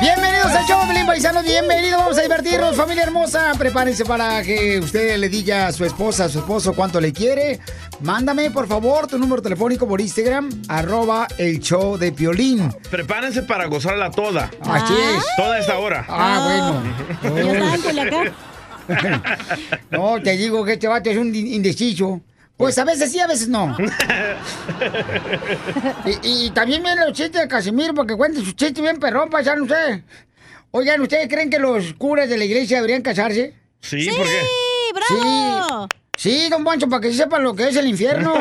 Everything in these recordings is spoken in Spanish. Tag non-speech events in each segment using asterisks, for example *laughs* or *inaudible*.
Bienvenidos al show, Pelín *laughs* Paisanos, bienvenidos, vamos a divertirnos, familia hermosa. Prepárense para que usted le diga a su esposa, a su esposo cuánto le quiere. Mándame, por favor, tu número telefónico por Instagram, arroba el show de Piolín. Prepárense para gozarla toda. Así es. Toda esta hora. Ah, bueno. Yo estaba en *laughs* No, te digo que este vato es un in- indeciso. Pues a veces sí, a veces no. Y, y- y también vienen los chistes de Casimiro, porque cuente sus chistes bien perrón, paisanos, ustedes. Oigan, ¿ustedes creen que los curas de la iglesia deberían casarse? Sí, ¿por qué? ¡Bravo! Sí, don Pancho, para que sepan lo que es *laughs* el infierno.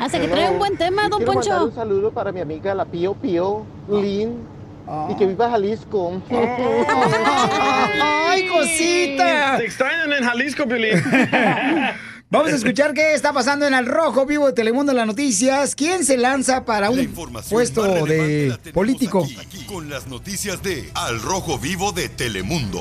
Hasta que trae un buen tema, don Quiero mandar Poncho. un saludo para mi amiga la Pío Pío, Lynn, Ah. y que viva *laughs* Jalisco. *laughs* ¡Ay, cosita! Te extrañan en Jalisco, Piolín. *laughs* Vamos a escuchar qué está pasando en el Rojo Vivo de Telemundo en las noticias. ¿Quién se lanza para un puesto de político? Con las noticias de Al Rojo Vivo de Telemundo.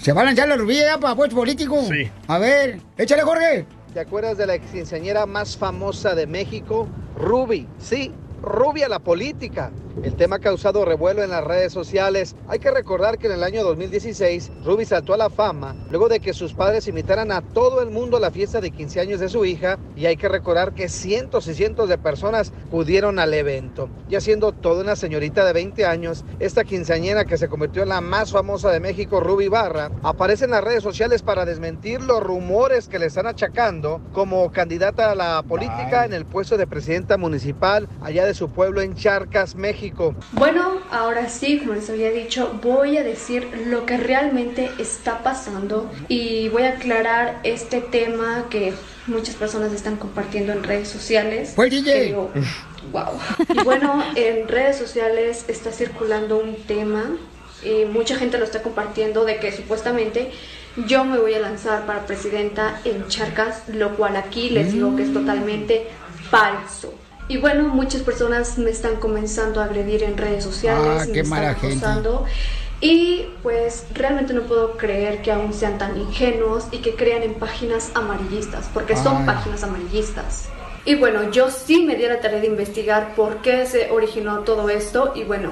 ¿Se va a lanzar la rubí ya para puesto político? Sí. A ver, échale, Jorge. ¿Te acuerdas de la quinceañera más famosa de México? Ruby, sí, Ruby a la política. El tema ha causado revuelo en las redes sociales. Hay que recordar que en el año 2016, Ruby saltó a la fama luego de que sus padres invitaran a todo el mundo a la fiesta de 15 años de su hija y hay que recordar que cientos y cientos de personas acudieron al evento. Ya siendo toda una señorita de 20 años, esta quinceañera que se convirtió en la más famosa de México, Ruby Barra, aparece en las redes sociales para desmentir los rumores que le están achacando como candidata a la política en el puesto de presidenta municipal allá de su pueblo en Charcas, México. Bueno, ahora sí, como les había dicho, voy a decir lo que realmente está pasando y voy a aclarar este tema que muchas personas están compartiendo en redes sociales. Fue el DJ. Que digo, wow. *laughs* Y bueno, en redes sociales está circulando un tema y mucha gente lo está compartiendo de que supuestamente yo me voy a lanzar para presidenta en Charcas, lo cual aquí les digo que es totalmente falso. Y bueno, muchas personas me están comenzando a agredir en redes sociales, Ah, me qué están mala gente. acosando. Y pues realmente no puedo creer que aún sean tan ingenuos y que crean en páginas amarillistas, porque son Ay. páginas amarillistas. Y bueno, yo sí me di a la tarea de investigar por qué se originó todo esto. Y bueno,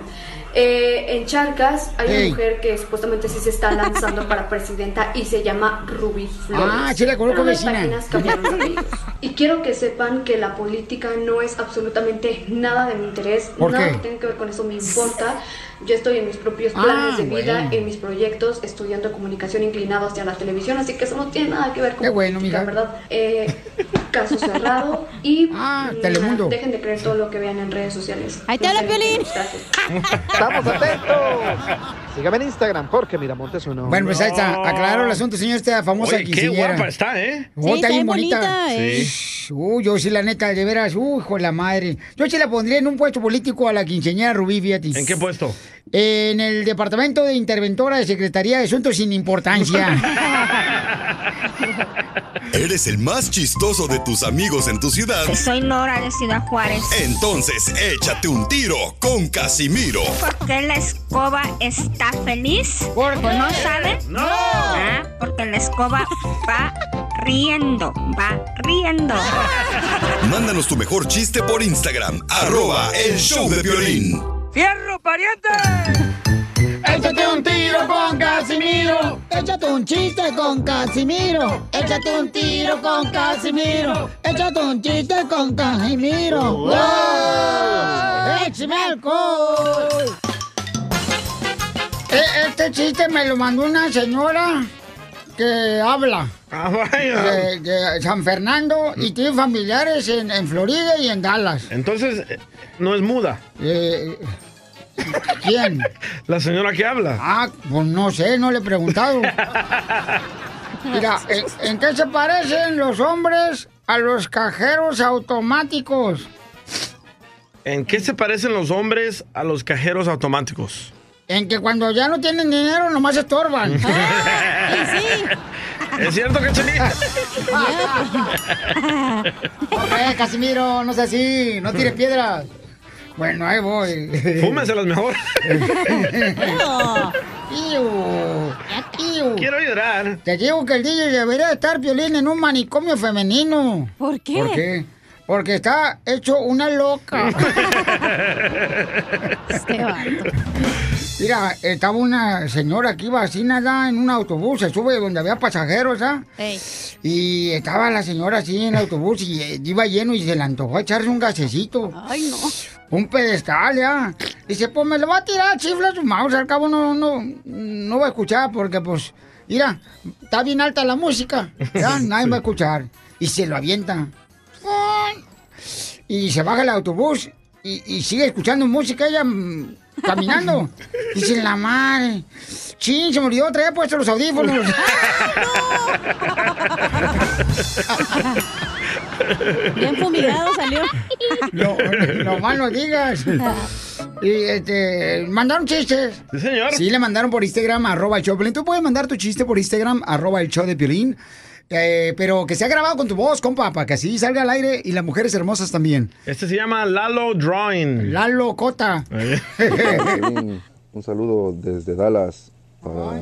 eh, en Charcas hay Hey. una mujer que supuestamente sí se está lanzando para presidenta y se llama Ruby Flores. Ah, sí la conozco, Pero las vecina. páginas cambiaron los apellidos. Y quiero que sepan que la política no es absolutamente nada de mi interés. ¿Por nada qué? que tenga que ver con eso me importa. Yo estoy en mis propios Ah, planes de vida, bueno. en mis proyectos, estudiando comunicación inclinado hacia la televisión, así que eso no tiene nada que ver con Qué bueno, política, mija. ¿verdad? Eh, caso cerrado y mm, Telemundo. dejen de creer todo lo que vean en redes sociales. Ahí te No habla sean Piolín. insensatos. ¡Estamos atentos! Sígame en Instagram, Jorge Miramontes uno. Bueno, pues ahí está. Aclaro el asunto, señor, esta famosa Oye, qué quinceañera. guapa está, ¿eh? Oh, Sí, está está bien bien bonita. bonita, ¿eh? Shh, Uy, yo sí, la neta, de veras, uy, hijo de la madre. Yo sí la pondría en un puesto político a la quinceañera Rubí, fíjate. ¿En qué puesto? En el Departamento de Interventora de Secretaría de Asuntos sin *laughs* Importancia. Eres el más chistoso de tus amigos en tu ciudad. Soy Nora de Ciudad Juárez. Entonces, échate un tiro con Casimiro. ¿Por qué la escoba está feliz? Pues ¿O no sabe? No. porque la escoba va riendo, va riendo. Mándanos tu mejor chiste por Instagram, arroba el show de violín. ¡Fierro, pariente! Échate un tiro con Casimiro. Échate un chiste con Casimiro. Échate un tiro con Casimiro. Échate un chiste con Casimiro. ¡Wow! *laughs* ¡Échame alcohol! E- Este chiste me lo mandó una señora que habla. Ah, vaya. De, de San Fernando y tiene familiares en, en Florida y en Dallas. Entonces, eh, no es muda. Eh, ¿Quién? La señora que habla. Ah, pues no sé, no le he preguntado. Mira, ¿en, en qué se parecen los hombres a los cajeros automáticos? *laughs* ¿En qué se parecen los hombres a los cajeros *laughs* automáticos? En que cuando ya no tienen dinero, nomás estorban. ¿Es cierto, Cachanilla? Eh, Casimiro, no sé así, no tires piedras. Bueno, ahí voy. Fúmenselas mejor. *laughs* Iu, iu. Quiero llorar. Te digo que el DJ debería estar violín en un manicomio femenino. ¿Por qué? ¿Por qué? Porque está hecho una loca. Este vato. Mira, estaba una señora que iba así nada en un autobús, se sube donde había pasajeros, ¿ah? Ey. Y estaba la señora así en el autobús y eh, iba lleno y se le antojó echarse un gasecito. Ay, no. Un pedestal, ya. Dice, pues me lo va a tirar, chifla su mouse. Al cabo no, no, no va a escuchar porque, pues, mira, está bien alta la música. Ya, nadie va a escuchar. Y se lo avienta. Y se baja el autobús y, y sigue escuchando música ella mm, *laughs* caminando. Dice, la madre. Chin, se murió, traía puestos los audífonos. *laughs* Bien fumigado salió. No, no más no digas. Y este, mandaron chistes. Sí, señor. Sí, le mandaron por Instagram, arroba el show de Piolín. Tú puedes mandar tu chiste por Instagram, arroba el show de Piolín. Eh, pero que sea grabado con tu voz, compa, para que así salga al aire y las mujeres hermosas también. Este se llama Lalo Drawing. Lalo Cota. *laughs* Un, un saludo desde Dallas para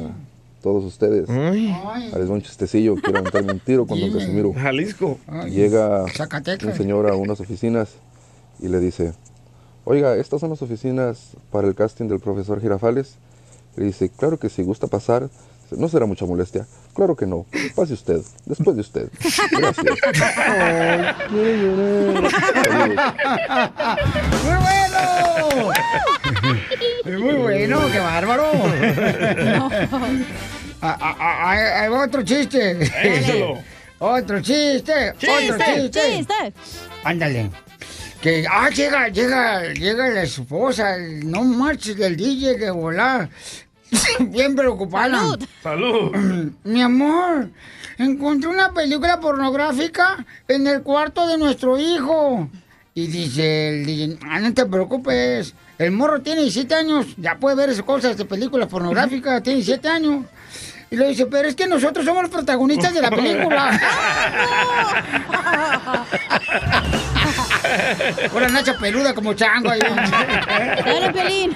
todos ustedes. Haré un chistecillo, quiero aventarme un tiro con Don Dime. Casimiro. Jalisco. Llega Zacatecas. un señor a unas oficinas y le dice, oiga, estas son las oficinas para el casting del profesor Girafales. Le dice, claro que si gusta pasar, Dice, no será mucha molestia. Claro que no, pase usted, después de usted. *laughs* Gracias. ¡Muy bueno! *laughs* ¡Muy bueno! ¡Qué bárbaro! *laughs* Ah, ah, ah, Ahí ahí va otro chiste. Échalo. *laughs* Otro chiste. Otro Chiste, chiste. chiste. Ándale. Que, ah, llega, llega, llega la esposa, no marches del DJ de *laughs* volar. Bien preocupada. Salud. Salud. *clears throat* Mi amor, encontré una película pornográfica en el cuarto de nuestro hijo. Y dice el DJ, "Ah, no te preocupes, el morro tiene 17 años, ya puede ver esas cosas de películas pornográficas, tiene 17 años. Y le dice, pero es que nosotros somos los protagonistas de la *laughs* película. Una nacha peluda como chango ahí. Claro, Piolín.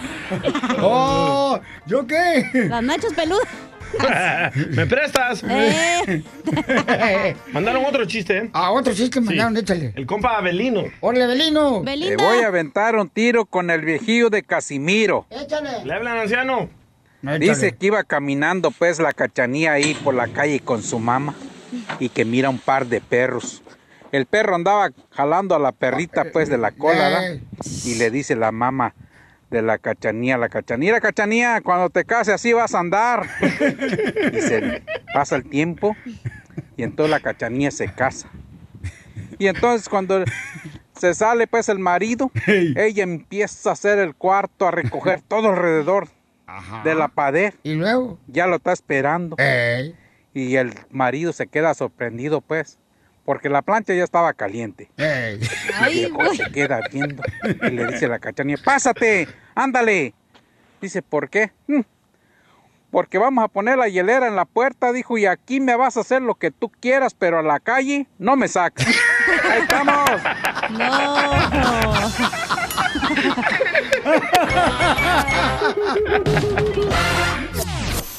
¡Oh! ¿Yo qué? Las nachas *laughs* peludas. *laughs* ¿Me *laughs* prestas? Eh. Mandaron otro chiste. ¿eh? A Ah, otro Oh. chiste mandaron, Sí. échale. El compa Abelino. Orle, Belino. Le Belinda. voy a aventar un tiro con el viejillo de Casimiro. Échale. ¿Le hablan anciano? Dice que iba caminando pues la cachanía ahí por la calle con su mamá y que mira un par de perros. El perro andaba jalando a la perrita pues de la cola ¿da? eh. y le dice la mamá de la cachanía, la cachanía, "Mira, cachanía, cuando te cases así vas a andar. Y se pasa el tiempo y entonces la cachanía se casa. Y entonces cuando se sale pues el marido, ella empieza a hacer el cuarto, a recoger todo alrededor de la pared. Y luego. Ya lo está esperando. Ey. Y el marido se queda sorprendido, pues, porque la plancha ya estaba caliente. Ey. Y Ay, el viejo güey. se queda viendo y le dice la cachanía, pásate, ándale. Dice, ¿por qué? "Mm, Porque vamos a poner la hielera en la puerta, dijo, y aquí me vas a hacer lo que tú quieras, pero a la calle no *laughs* me sacas. Ahí estamos. No.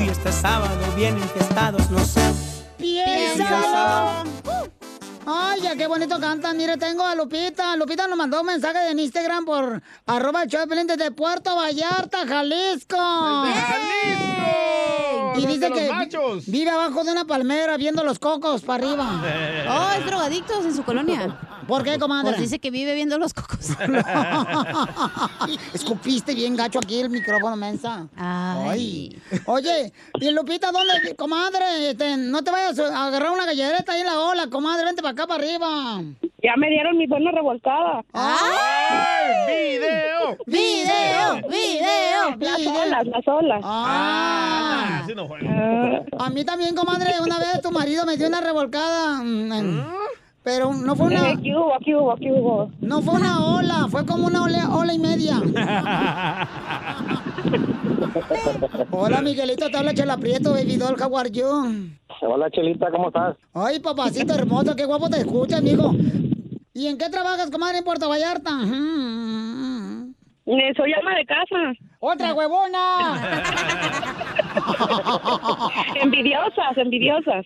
y este sábado bien infestados, no sé. ¡Piénsalo! Ay, ya qué bonito cantan. Mire, tengo a Lupita. Lupita nos mandó un mensaje en Instagram por arroba el show de Piolín desde Puerto Vallarta, Jalisco. ¡Jalisco! Y Desde dice los que vi- machos. vive abajo de una palmera viendo los cocos para arriba. Oh, es drogadictos en su colonia. ¿Por qué, comadre? Pues dice que vive viendo los cocos. *laughs* Escupiste bien gacho aquí el micrófono, mensa. Ay. Oye, y Lupita, ¿dónde, comadre? Este, no te vayas a agarrar una gallereta ahí en la ola, comadre, vente para acá, para arriba. Ya me dieron mi buena revolcada. ¡Ay! ¡Video! ¡Video! ¡Video! Las ¡Video! olas, las olas. Ah. no A mí también, comadre, una vez tu marido me dio una revolcada. mm, en- Pero no fue una. Aquí hubo, aquí hubo, aquí hubo. No fue una ola, fue como una ola, ola y media. Hola, Miguelito, te habla Chela Prieto, baby doll, how are you? Hola, Chelita, ¿cómo estás? Ay, papacito hermoso, qué guapo te escuchas, amigo. ¿Y en qué trabajas, comadre, en Puerto Vallarta? Mm. Soy ama de casa. ¡Otra huevona! *laughs* envidiosas, envidiosas.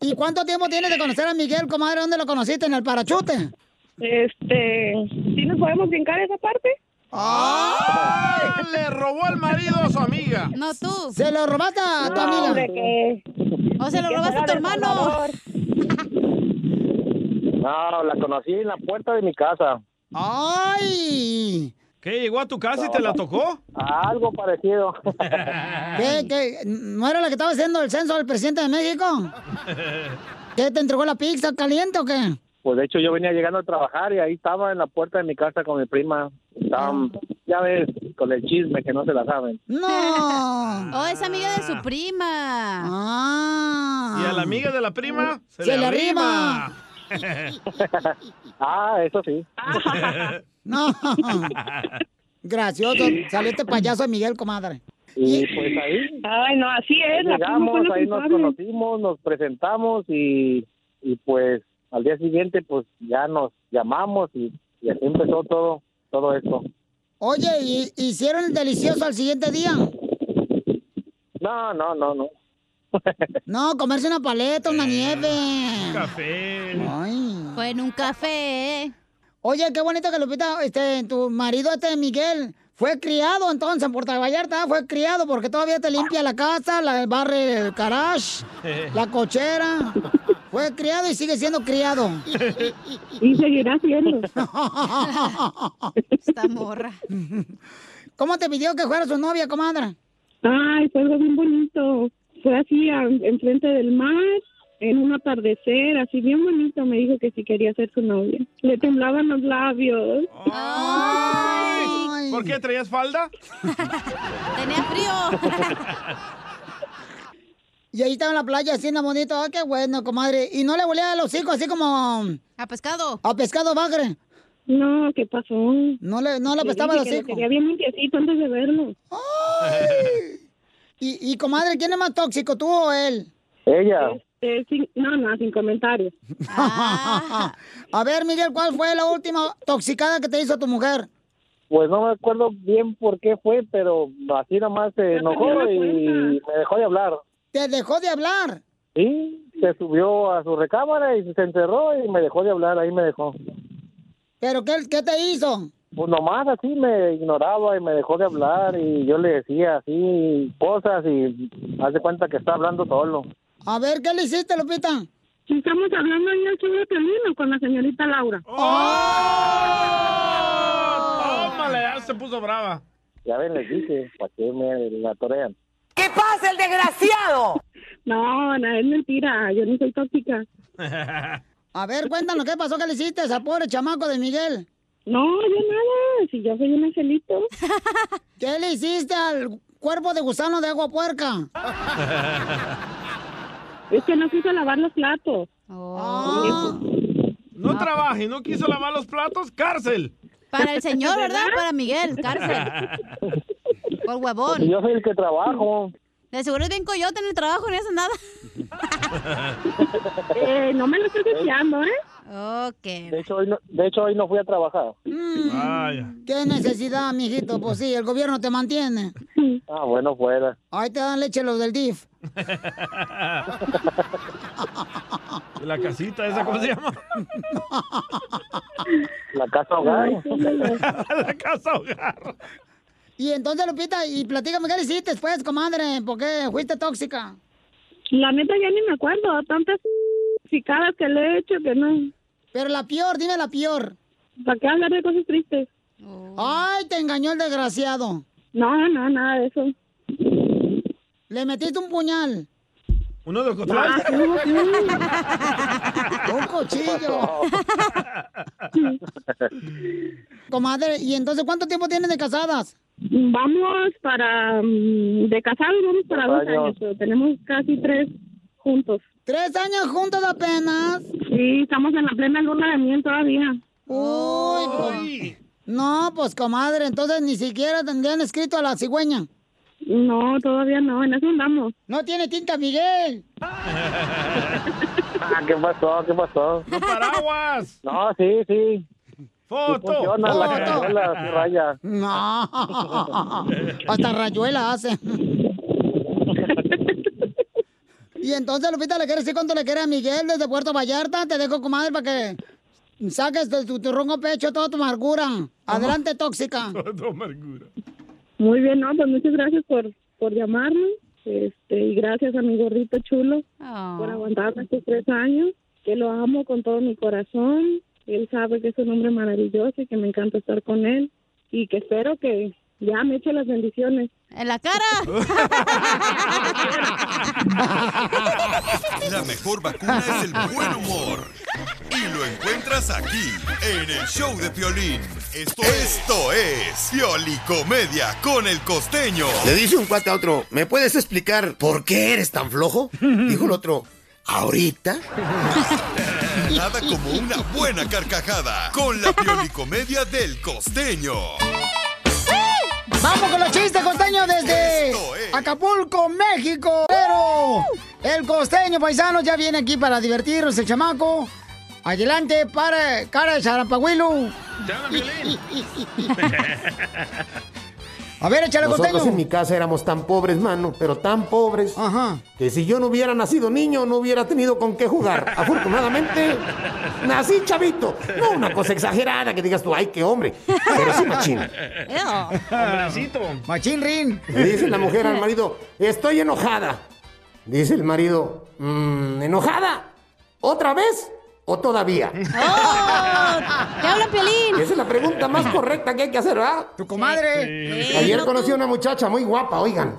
¿Y cuánto tiempo tienes de conocer a Miguel, comadre? ¿Dónde lo conociste? ¿En el parachute? Este, ¿sí nos podemos brincar esa parte? ¡Ay! Ah, Le robó el marido a su amiga. No, tú. Se lo robaste a tu amiga. O se lo que robaste a tu fuera de hermano. Salvador. No, la conocí en la puerta de mi casa. ¡Ay! ¿Qué? ¿Llegó a tu casa y Ah, te la tocó? *laughs* Algo parecido. ¿Qué, qué? ¿No era la que estaba haciendo el censo del presidente de México? ¿Qué te entregó la pizza caliente o qué? Pues de hecho yo venía llegando a trabajar y ahí estaba en la puerta de mi casa con mi prima. Estaban, ya ves, con el chisme que no se la saben. ¡No! *laughs* Oh, es amiga de su prima. Ah. Y a la amiga de la prima *laughs* se, Se le, le arrima. *laughs* ah, eso sí. *laughs* No. Gracioso. Salió este payaso de Miguel, comadre. Y pues ahí Ay, no, así *laughs* es. la prima llegamos, fue la ahí nos culpable. conocimos, nos presentamos y, y pues al día siguiente pues ya nos llamamos y, y así empezó todo, todo esto. Oye, ¿y hicieron el delicioso al siguiente día? No, no, no, no. No, comerse una paleta, Eh, una nieve. Café. *laughs* Fue en un café. Oye, qué bonito que Lupita, este, tu marido este Miguel, fue criado entonces en Puerto Vallarta, ¿eh? fue criado porque todavía te limpia la casa, la barre el garage, la cochera. Fue criado y sigue siendo criado. *laughs* Y *laughs* seguirá siendo. Esta morra. ¿Cómo te pidió que fuera su novia, comadre? Ay, fue algo bien bonito. Fue así, a- enfrente del mar, en un atardecer, así bien bonito. Me dijo que si quería ser su novia. Le temblaban los labios. Ah. ¿Por qué traías falda? Tenía frío. Y ahí estaba en la playa haciendo bonito. Ay, qué bueno, comadre. ¿Y no le volía a los hijos así como. A pescado. A pescado bagre. No, ¿qué pasó? No le, no le Le apestaba dije los que lo hijos. quería bien limpiecito antes de verlo. Y, y comadre, ¿quién es más tóxico, tú o él? Ella. Eh, sin- no, no, sin comentarios. *laughs* a ver, Miguel, ¿cuál fue la última toxicada que te hizo tu mujer? Pues no me acuerdo bien por qué fue, pero así nomás se enojó perdí la y me dejó de hablar. ¿Te dejó de hablar? Y se subió a su recámara y se encerró y me dejó de hablar, ahí me dejó. ¿Pero qué, qué te hizo? Pues nomás así me ignoraba y me dejó de hablar y yo le decía así cosas y hace cuenta que está hablando solo. A ver, ¿qué le hiciste, Lupita? Estamos hablando en el show de Piolín o con la señorita Laura. ¡Oh! Tómale, ya se puso brava. Ya ven, les dije, ¿para qué me la torean? ¿Qué pasa, el desgraciado? No, no, es mentira. Yo no soy tóxica. A ver, cuéntanos, ¿qué pasó que le hiciste al pobre chamaco de Miguel? No, yo nada. Si yo soy un angelito. *laughs* ¿Qué le hiciste al cuerpo de gusano de agua puerca? Es que no quiso lavar los platos. No, trabaje, no quiso lavar los platos, cárcel. Para el señor, ¿verdad? Para Miguel, *laughs* cárcel. Por Pues huevón. yo soy el que trabajo. De seguro es bien coyote en el trabajo, no hace nada. *laughs* Eh, no me lo estoy deseando, ¿eh? Ok. De hecho, hoy no, de hecho, hoy no fui a trabajar. ¿Qué necesidad, mijito? Pues sí, el gobierno te mantiene. Ah, bueno, fuera. Ahí te dan leche los del DIF. *laughs* La casita esa, ¿cómo se llama? La casa hogar. *laughs* La casa hogar. Y entonces, Lupita, y platícame qué le hiciste después, comadre, porque fuiste tóxica. La neta ya ni me acuerdo, tantas picadas que le he hecho que no. Pero la peor, dime la peor. ¿Para qué hablar de cosas tristes? Ay, te engañó el desgraciado. No, no, nada de eso. Le metiste un puñal. Uno de los Ah, sí, *laughs* Un cuchillo. *laughs* Comadre, ¿y entonces cuánto tiempo tienen de casadas? Vamos para, mm, de casados vamos para dos Dos años. años, pero tenemos casi tres juntos. ¿Tres años juntos apenas? Sí, estamos en la plena luna de miel todavía. Uy, pues- No, pues comadre, entonces ni siquiera tendrían escrito a la cigüeña. No, todavía no, en eso andamos. No tiene tinta, Miguel. Ah, ¿qué pasó? ¿Qué pasó? ¡No paraguas! No, sí, sí. ¡Foto! Sí funciona la ¡Foto! cazuela, sí raya. No. Hasta rayuela hace. y entonces, Lupita, ¿le quieres decir cuánto le quiere a Miguel desde Puerto Vallarta? Te dejo, comadre, para que saques de tu, tu ronco pecho toda tu amargura. Adelante, tóxica. Muy bien, no, pues muchas gracias por, por llamarme. Este, y gracias a mi gordito chulo por aguantarme estos tres años, que lo amo con todo mi corazón. Él sabe que es un hombre maravilloso y que me encanta estar con él. Y que espero que ya me eche las bendiciones. En la cara. La mejor vacuna es el buen humor. Y lo encuentras aquí, en el show de Piolín. Esto, esto es Piolicomedia con el costeño. Le dice un cuate a otro, ¿me puedes explicar por qué eres tan flojo? Dijo el otro, ¿ahorita? Nada como una buena carcajada con la Piolicomedia del costeño. Vamos con los chistes, costeño, desde Acapulco, México. Pero el costeño paisano ya viene aquí para divertirnos, el chamaco. Adelante, para cara de Sarampahuilu. A ver, échale, Nosotros costeño. en mi casa éramos tan pobres, mano, pero tan pobres, que si yo no hubiera nacido niño, no hubiera tenido con qué *laughs* jugar. Afortunadamente, nací chavito. No una cosa exagerada que digas tú, ay, qué hombre, pero sí machín. Hombrecito. Machín Rin. Le dice la mujer al marido, estoy enojada. Dice el marido, "Mm, ¿enojada? ¿Otra vez o *laughs* todavía? Oh, ¡Te habla Piolín! Esa es la pregunta *laughs* más correcta que hay que hacer, ¿verdad? Tu comadre. Sí. Ayer Sí, conocí a una muchacha muy guapa, oigan.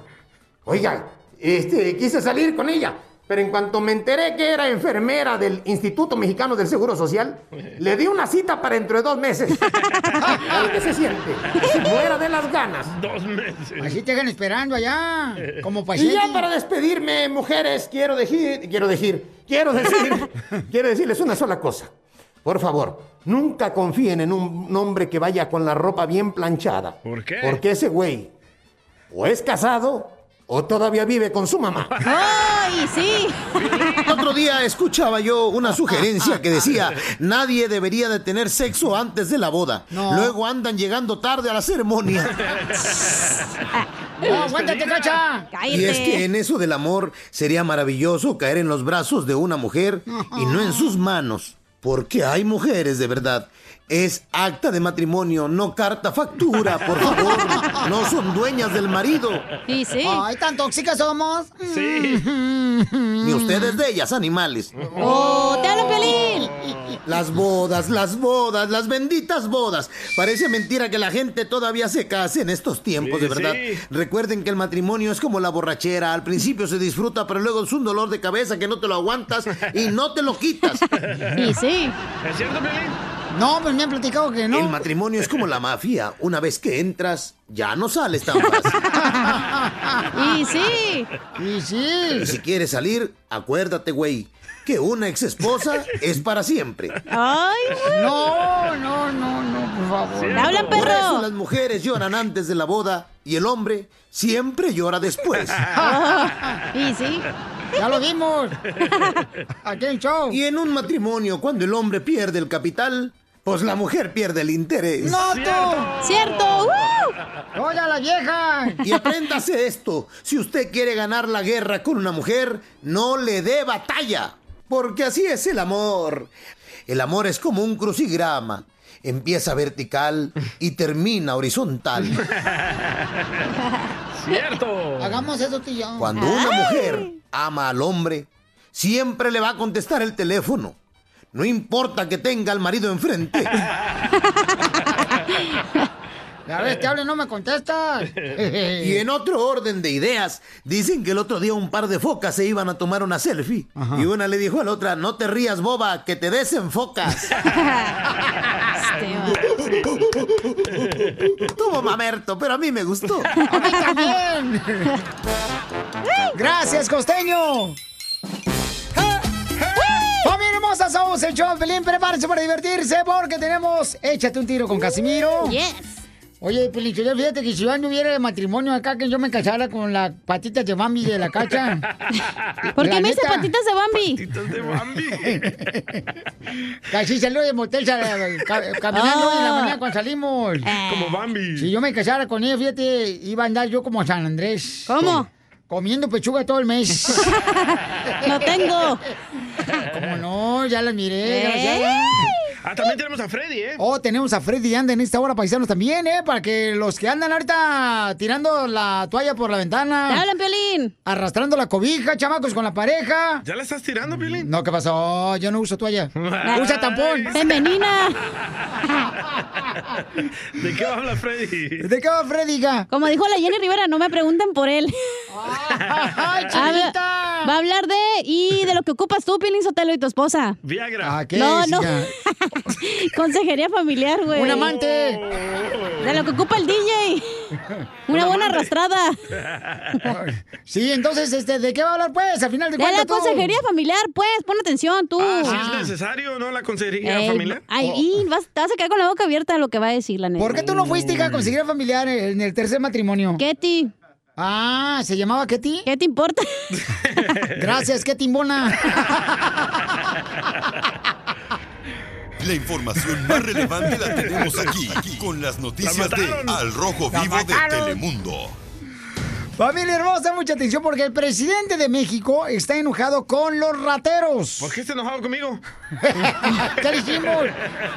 Oigan, este, quise salir con ella, pero en cuanto me enteré que era enfermera del Instituto Mexicano del Seguro Social, le di una cita para dentro de dos *laughs* meses. A ver ¿Qué se siente? Se muera de las ganas. Dos meses. Así te dejan esperando allá, como Y paisete. ya para despedirme, mujeres, quiero decir, quiero decir, quiero decir, quiero decirles una sola cosa. Por favor, nunca confíen en un hombre que vaya con la ropa bien planchada. ¿Por qué? Porque ese güey o es casado o todavía vive con su mamá. ¡Ay, sí! El otro día escuchaba yo una sugerencia que decía, nadie debería de tener sexo antes de la boda. Luego andan llegando tarde a la ceremonia. No, aguántate, cacha. Y es que en eso del amor sería maravilloso caer en los brazos de una mujer y no en sus manos. Porque hay mujeres de verdad. Es acta de matrimonio, no carta factura, por favor. No son dueñas del marido. Sí, sí. Ay, tan tóxicas somos. Mm. Sí. Ni ustedes de ellas, animales. ¡Oh, te habla Piolín! Las bodas, las bodas, las benditas bodas. Parece mentira que la gente todavía se case en estos tiempos, Sí, de verdad. sí. Recuerden que el matrimonio es como la borrachera. Al principio se disfruta, pero luego es un dolor de cabeza que no te lo aguantas y no te lo quitas. Sí, sí. ¿Es cierto, No, pues me han platicado que no. El matrimonio es como la mafia. Una vez que entras, ya no sales tan fácil. Y sí. Ah. *laughs* Y sí. Y si quieres salir, acuérdate, güey, que una ex esposa es para siempre. ¡Ay, güey! No, no, no, no, por favor. ¡Te hablan, Por eso perro! las mujeres lloran antes de la boda y el hombre siempre llora después. *laughs* Y sí. Ya lo vimos. Aquí en show. Y en un matrimonio, cuando el hombre pierde el capital, pues la mujer pierde el interés. ¡No, tú! ¡Cierto! ¡Uh! ¡Oye, la vieja! Y apréndase esto. Si usted quiere ganar la guerra con una mujer, no le dé batalla. Porque así es el amor. El amor es como un crucigrama. Empieza vertical y termina horizontal. ¡Cierto! Hagamos eso, tío. Cuando una mujer ama al hombre, siempre le va a contestar el teléfono. No importa que tenga al marido enfrente. La vez que hable no *laughs* me contestas. *laughs* y en otro orden de ideas, dicen que el otro día un par de focas se iban a tomar una selfie. Ajá. Y una le dijo a la otra, no te rías, boba, que te *laughs* desenfocas. Tuvo mamerto, pero a mí me gustó. ¡A mí también! ¡Gracias, costeño! ¡Familia hermosa! Somos el show Pelín. Prepárense para divertirse porque tenemos Échate un tiro con Casimiro. Yes. Oye, Pelichotero, fíjate que si yo anduviera de matrimonio acá, que yo me casara con las patitas de Bambi de la cacha. *laughs* ¿Por qué me dice patitas de Bambi? Patitas de Bambi. *laughs* Casi salió de motel eh, ca caminando oh. Ah. en la mañana cuando salimos. Eh. Como Bambi. Si yo me casara con ella, fíjate, iba a andar yo como San Andrés. ¿Cómo? Comiendo pechuga todo el mes. *laughs* no tengo. ¿Eh? ¿Cómo no? Ya la miré, gracias. Ah, también tenemos a Freddy, ¿eh? Oh, tenemos a Freddy anda en esta hora, paisanos, también, ¿eh? Para que los que andan ahorita tirando la toalla por la ventana. ¡Te hablan, Piolín! Arrastrando la cobija, chamacos, con la pareja. ¿Ya la estás tirando, Piolín? No, ¿qué pasó? Yo no uso toalla. Usa tampón. ¡Femenina! ¿De qué habla Freddy? *laughs* ¿De qué va Freddy, ya? Como dijo la Jenny Rivera, no me pregunten por él. *laughs* ¡Ay, chavita! Va a hablar de... y de lo que ocupas tú, Piolín Sotelo, y tu esposa. Viagra. Ah, ¿A qué no, no. Consejería familiar, güey. Un amante. De lo que ocupa el DJ. Una buena arrastrada. Sí, entonces, este, ¿de qué va a hablar, pues? Al final de cuentas. De la consejería tú? familiar, pues. Pon atención, tú. Ah, si ah. es Oh. necesario, ¿no? La consejería Ey, familiar. Ahí vas, te vas a quedar con la boca abierta de lo que va a decir la neta. ¿Por qué tú no fuiste Mm. a consejería familiar en el tercer matrimonio? Ketty. Ah, ¿se llamaba Ketty? ¿Qué te importa? *laughs* Gracias, Ketty Timbona. *laughs* La información más relevante la tenemos aquí, aquí con las noticias la de Al Rojo Vivo de Telemundo. Familia hermosa, mucha atención porque el presidente de México está enojado con los rateros. ¿Por qué está enojado conmigo? *laughs* ¿Qué dijimos?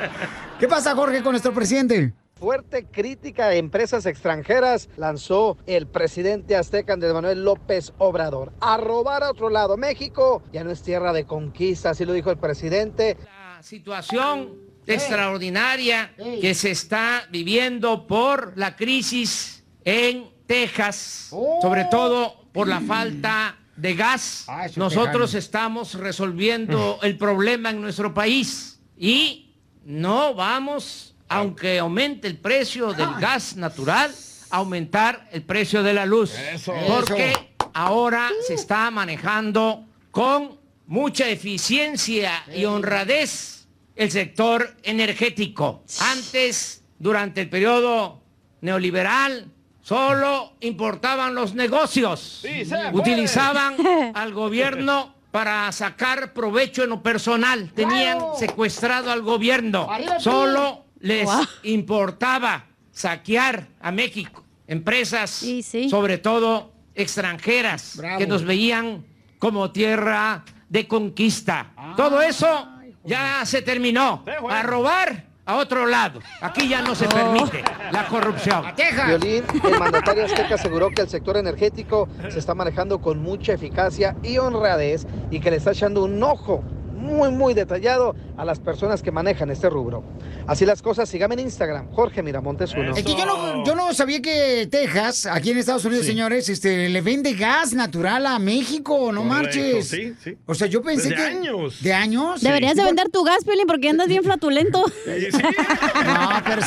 *laughs* ¿Qué pasa, Jorge, con nuestro presidente? fuerte crítica a empresas extranjeras lanzó el presidente azteca Andrés Manuel López Obrador. A robar a otro lado. México ya no es tierra de conquista, así lo dijo el presidente. La situación hey. extraordinaria hey. que se está viviendo por la crisis en Texas, oh. sobre todo por la falta de gas. Ah, Nosotros tejano. estamos resolviendo el problema en nuestro país y no vamos aunque aumente el precio del gas natural, aumentar el precio de la luz. Eso, porque eso. ahora se está manejando con mucha eficiencia y honradez el sector energético. Antes, durante el periodo neoliberal, solo importaban los negocios. Sí, *laughs* utilizaban al gobierno para sacar provecho en lo personal. Tenían secuestrado al gobierno. Solo les wow. importaba saquear a México, empresas, sí, sí. sobre todo extranjeras, Bravo. que nos veían como tierra de conquista. Ah, todo eso ay, ya se terminó. Sí, a robar a otro lado. Aquí ya no se permite oh. la corrupción. Violín, el mandatario azteca aseguró que el sector energético se está manejando con mucha eficacia y honradez y que le está echando un ojo muy, muy detallado a las personas que manejan este rubro. Así las cosas, síganme en Instagram, Jorge Miramontes uno. Es que yo no, yo no sabía que Texas, aquí en Estados Unidos, sí. señores, este, le vende gas natural a México, no Correcto, marches. Sí, sí. O sea, yo pensé de que. Años. ¿De años? Sí. Deberías *laughs* de vender tu gas, Piolín, porque andas bien flatulento. no, pero.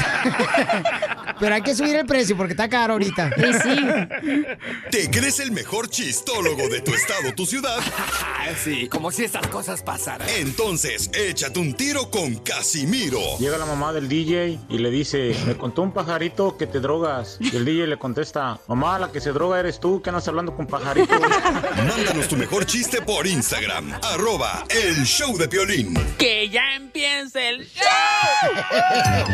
Pero hay que subir el precio porque está caro ahorita. Sí, sí. ¿Te crees el mejor chistólogo de tu estado, tu ciudad? sí, como si estas cosas pasaran. Entonces, échate un tiro con Casimiro. Llega la mamá del DJ y le dice, me contó un pajarito que te drogas. Y el DJ le contesta, mamá, la que se droga eres tú, que andas hablando con pajaritos. Mándanos tu mejor chiste por Instagram, arroba el show de violín. Que ya empiece el *laughs*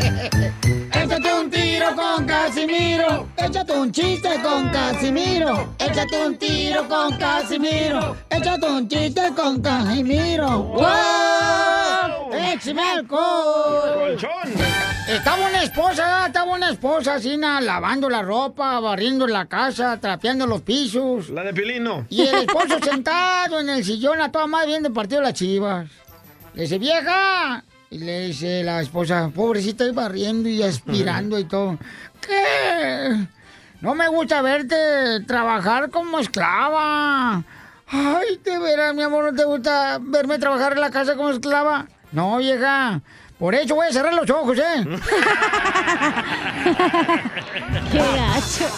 Échate un tiro con Casimiro. Échate un chiste con Casimiro. Échate un tiro con Casimiro. Échate un chiste con Casimiro. ¡Wow! ¡Échame alcohol! Estaba una esposa, estaba una esposa, Sina, lavando la ropa, barriendo la casa, trapeando los pisos. La de Pilino. Y el esposo sentado en el sillón a toda madre viendo el partido de las chivas. Le dice, vieja. Y le dice la esposa, pobrecita, y barriendo y aspirando y todo. ¿Qué? No me gusta verte trabajar como esclava. Ay, te verás, mi amor, ¿no te gusta verme trabajar en la casa como esclava? No, vieja. Por eso voy a cerrar los ojos, ¿eh? ¡Qué gacho!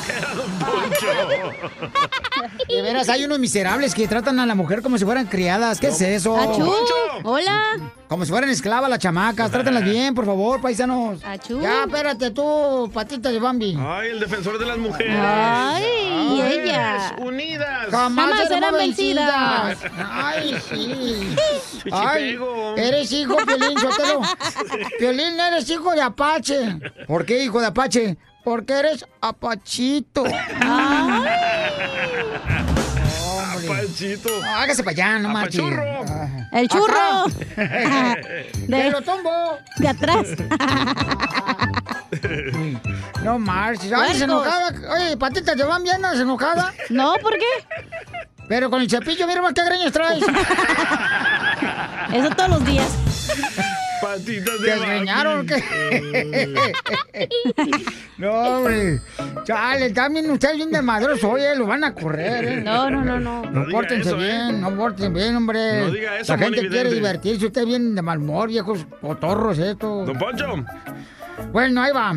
De veras, hay unos miserables que tratan a la mujer como si fueran criadas. ¿Qué es eso? ¡Achú! Ah, ¡Hola! Como si fueran esclavas las chamacas. Trátenlas bien, por favor, paisanos. ¡Achú! Ya, espérate tú, patita de Bambi. Ay, el defensor de las mujeres. ¡Ay, y Mujeres ella! Unidas. Jamás, Jamás seremos serán vencidas. vencidas. Ay, *laughs* sí. Ay, Chichipego. eres hijo, Piolín, Sotelo. Piolín, eres hijo de Apache. ¿Por qué hijo de Apache? Porque eres apachito. Ah, Panchito. No, hágase para allá, no marche. Apachurro. Ah. ¡El churro! *laughs* Acá. ¡Me lo tombo! De atrás. *laughs* No marches. Ay, se Puercos. enojaba. Oye, patitas, ¿te van bien? ¿Se enojada? *laughs* No, ¿por qué? Pero con el cepillo, mira más qué greñas traes. *laughs* Eso todos los días. *laughs* Patitas de ¿Te Bambi. desgreñaron o qué? no, hombre. Chale, también ustedes bien de madroso, oye, lo van a correr, ¿eh? No, no, no, no. No, diga pórtense eso, ¿eh? *laughs* bien, no pórtense bien, hombre. No diga eso, La gente monividente. quiere divertirse, ustedes vienen de mal humor, viejos cotorros estos. Don Poncho. Bueno, ahí va.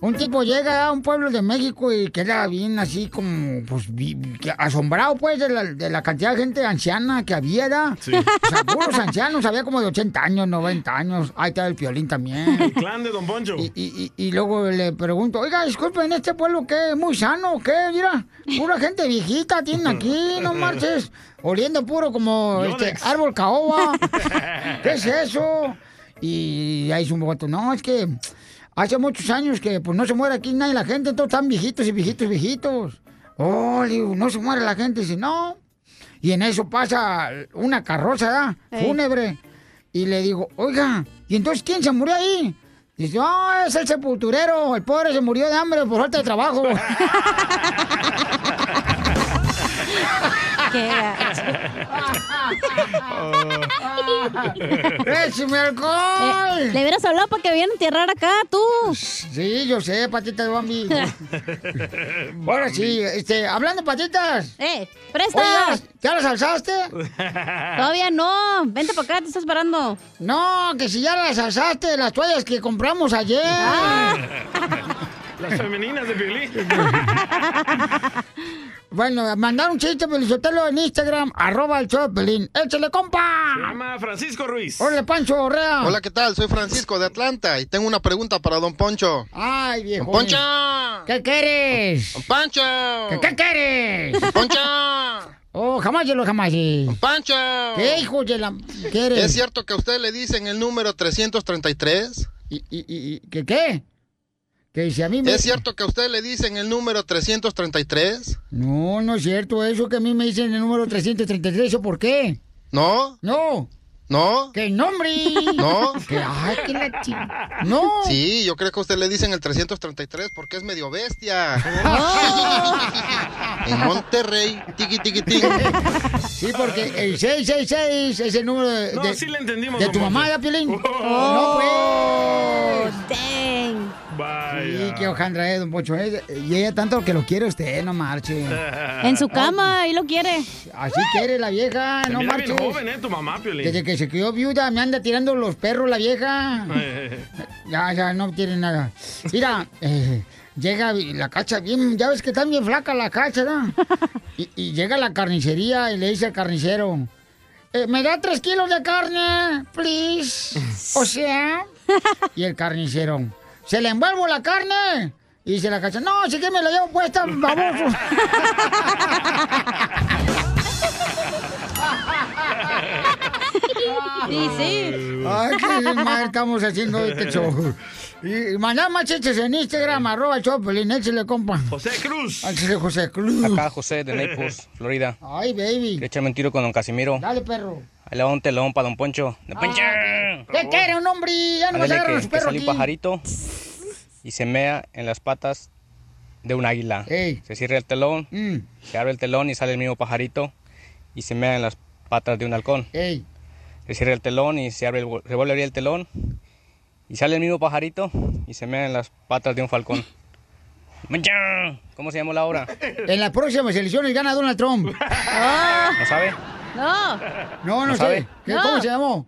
Un tipo llega a un pueblo de México y queda bien así como, pues, vi- que asombrado, pues, de la, de la cantidad de gente anciana que había, ¿da? Sí. O sea, puros ancianos, había como de 80 años, 90 años. Ahí está el piolín también. El *laughs* clan de Don Poncho. Y, *laughs* y- y- y luego le pregunto, oiga, disculpen, ¿este pueblo qué? ¿Muy sano o qué? Mira, pura gente viejita tienen aquí, no marches. Oliendo puro como este Yodex. árbol caoba. ¿Qué es eso? Y ahí es un voto, no, es que hace muchos años que pues no se muere aquí nadie la gente, todos están viejitos y viejitos y viejitos. Oh, le digo, no se muere la gente, dice, no. Y en eso pasa una carroza, ¿da? Ey. Fúnebre. Y le digo, oiga, ¿y entonces quién se murió ahí? Dice, ah, es el sepulturero, el pobre se murió de hambre por falta de trabajo. ¡Qué gacho! ¡Écheme Eh, Le alcohol! hubieras hablado para que vienen a enterrar acá, tú. Sí, yo sé, patita de Bambi. Ahora sí, este, hablando de patitas. ¡Eh! ¡Presta! Oiga, ¿ya las alzaste? Ah, Todavía no. Vente para acá, te estás parando. No, que si ya las alzaste, las toallas que compramos ayer. Ah. *laughs* Las femeninas de Piolín. Bueno, mandar un chiste, Pelizotelo, en Instagram, arroba el show de Pelín. ¡Échale, Se compa! llama Francisco Ruiz. ¡Hola, Pancho Orrea! Hola, ¿qué tal? Soy Francisco de Atlanta y tengo una pregunta para don Poncho. ¡Ay, viejo! ¡Don Poncho! ¿Qué quieres? ¡Don Pancho! ¿Qué, qué *laughs* quieres? ¡Don Poncho! Oh, jamás yo lo jamás. sí. ¡Pancho! ¿Qué hijo de la... ¿Qué eres? ¿Es cierto que a usted le dicen el número 333? ¿Y, y, y- y- ¿qué, qué? Que si a mí me... ¿Es cierto que a usted le dicen el número 333? No, no es cierto eso que a mí me dicen el número 333, ¿eso por qué? ¿No? No, ¿No? que el nombre. ¿No? Que, ay, que la chi- No. Sí, yo creo que a usted le dicen el 333 porque es medio bestia. en Monterrey, tiqui tiqui tiqui. *laughs* Sí, porque el 666 es el número de, No, de- sí le entendimos. de don tu Oh. Poncho. mamá, ¿ya, Piolín? Oh. No, ¡Oh, pues. dang! Sí, qué hojandra es, don Poncho. ¿eh? Y ella tanto que lo quiere usted, no marche. Ah, pues, En su cama, ahí lo quiere. Así quiere la vieja, Te no Ah, mira bien marche. joven, ¿eh? Tu mamá, Piolín. Desde que se quedó viuda, me anda tirando los perros la vieja. Eh, Ya, ya, no tiene nada. Mira, eh, llega la cacha bien, ya ves que está bien flaca la cacha, ¿no? Y, y llega a la carnicería y le dice al carnicero, "Eh, me da tres kilos de carne, please. O sea, y el carnicero, ¿se le envuelvo la carne? Y dice la cacha, no, sí que me la llevo puesta, baboso. Sí, sí. Ay, qué mal estamos haciendo este show. Y mandá más chistes en Instagram, arroba el Choplin, échale, compa. José Cruz. Échale, José Cruz. Acá José de Naples, Florida. Ay, baby. Le echa un tiro con don Casimiro. Dale, perro. Ahí le va un telón para don Poncho. Don Poncho. Ah, ¿Qué quiere un hombre? Ya no vas Ándale, a agarrar que- los que perros sale aquí. un pajarito y se mea en las patas de un águila. Se cierra el telón, Mm. se abre el telón y sale el mismo pajarito y se mea en las patas de un halcón. Ey. Se cierra el telón y se, abre el vo- se vuelve a abrir el telón y sale el mismo pajarito y se mea en las patas de un *laughs* falcón. ¡Manchán! ¿Cómo se llamó la obra? En las próximas elecciones gana Donald Trump. ¿No sabe? No. No, no, ¿No sé. sabe? ¿Qué- No. ¿Cómo se llamó?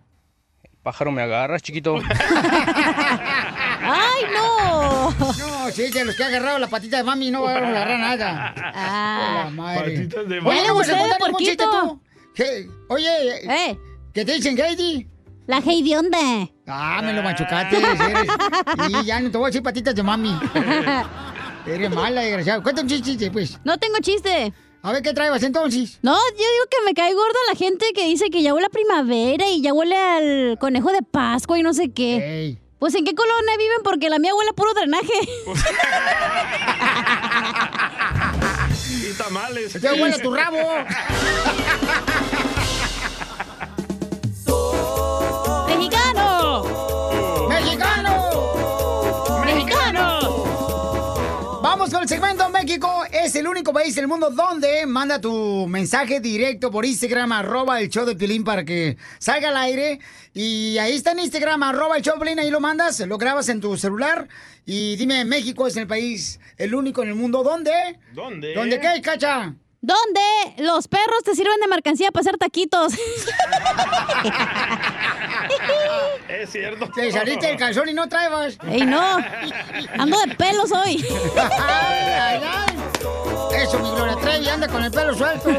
Pájaro, me agarras, chiquito. *laughs* ¡Ay, no! No, sí, de los que ha agarrado la patita de mami no va a agarrar nada. Ah. La madre. Patitas de Bueno, mami. pues, Ustedes, contar un chiste puerquito. tú. ¿Qué? Oye, ¿qué te dicen, Heidi? Eh. La Heidi, ¿dónde? Ah, me lo machucaste. Y ya no te voy a decir patitas de mami. Eres mala, eh. desgraciado. Cuéntame un chiste, pues. No tengo chiste. A ver qué traebas entonces. No, yo digo que me cae gorda la gente que dice que ya huele a primavera y ya huele al conejo de Pascua y no sé qué. Pues en qué colonia viven porque la mía huele a puro *laughs* drenaje. Y tamales. Ya huele tu rabo. *laughs* ¡Mexicano! ¡Mexicano! ¡Mexicano! Vamos con el segmento. México es el único país del mundo donde manda tu mensaje directo por Instagram, arroba el show de Pilín para que salga al aire. Y ahí está en Instagram, arroba el show de Piolín, ahí lo mandas, lo grabas en tu celular. Y dime, México es el país, el único en el mundo donde... ¿Dónde? ¿Dónde qué, cacha? ¿Dónde los perros te sirven de mercancía para hacer *laughs* taquitos? *laughs* Es cierto. Te saliste del calzón y no traebas. ¡Ey, no! Ando de pelos hoy. *laughs* Ay, ay. Eso, mi Gloria Trevi, anda con el pelo *laughs* suelto.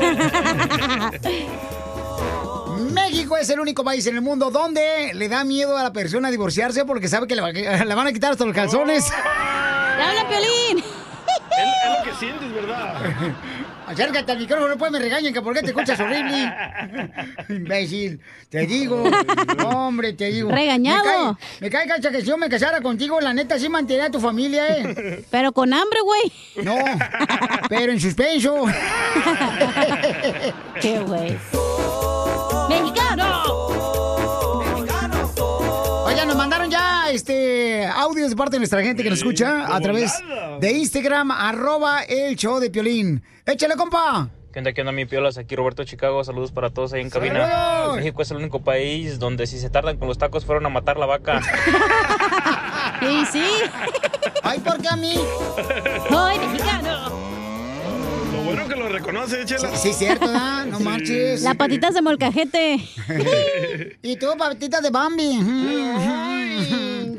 México es el único país en el mundo donde le da miedo a la persona divorciarse porque sabe que le, va- le van a quitar hasta los *laughs* calzones. habla Piolín! Es, es lo que sientes, ¿verdad? *laughs* Acércate al micrófono, pues me regañen que por qué te escuchas *laughs* horrible. Imbécil, te digo. Hombre, te digo. Regañado. Me cae, me cae, cacha, que si yo me casara contigo, la neta sí mantendría a tu familia, ¿eh? *laughs* Pero con hambre, güey. No, pero en suspenso. ¡Qué güey! ¡Mexicano! Oigan, nos mandaron ya este audios de parte de nuestra gente que nos escucha a través de Instagram, arroba el show de Piolín. Échale, compa. *laughs* ¿Qué onda, qué onda, mi piolas? Aquí Roberto de Chicago. Saludos para todos ahí en cabina. ¡Saludos! México es el único país donde si se tardan con los tacos fueron a matar la vaca. Sí, sí. Ay, ¿por qué a mí? Soy mexicano. Lo bueno que lo reconoce, Chela. Sí, es cierto, ¿verdad? No marches. La patitas de molcajete. Y tú, patitas de Bambi.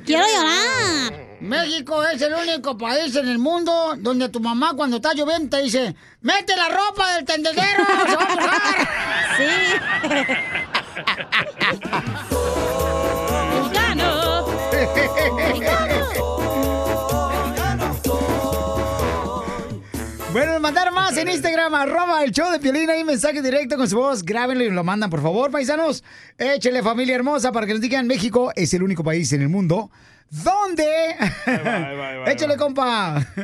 Quiero llorar. México es el único país en el mundo donde tu mamá cuando está lloviendo te dice, mete la ropa del tendedero, se va a mojar". Sí. *laughs* Mexicano. Bueno, mandar más en Instagram, arroba el show de Piolín, ahí mensaje directo con su voz, grábenlo y lo mandan, por favor, paisanos. Échele familia hermosa para que nos digan, México es el único país en el mundo donde... Échale, compa. *laughs*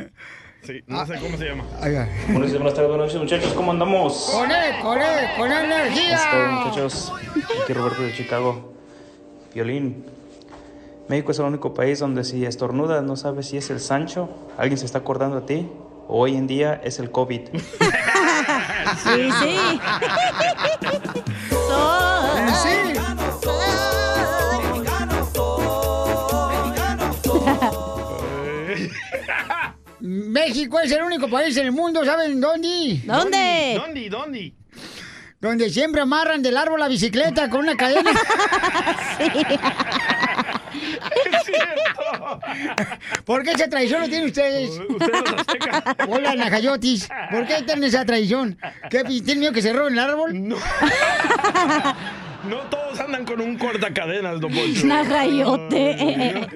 Sí, no sé cómo se llama. *laughs* Ay, ay. Buenos días, buenas tardes, buenas noches, muchachos. ¿Cómo andamos? Con él, con él, con ¿Cómo están, energía. muchachos? Aquí Roberto de Chicago. Violín. México es el único país donde si estornudas no sabes si es el Sancho, alguien se está acordando a ti, o hoy en día es el COVID. Sí, sí. Sí. México es el único país en el mundo, ¿saben dónde? ¿Dónde? ¿Dónde? ¿Dónde? Donde siempre amarran del árbol la bicicleta con una cadena. ¿Por qué esa traición lo tienen ustedes? Hola, Najayotis. ¿Por qué tienen esa traición? ¿Qué, ¿Tienen miedo que se roben el árbol? No. No todos andan con un cortacadenas, don Poncho. *laughs* Najayote.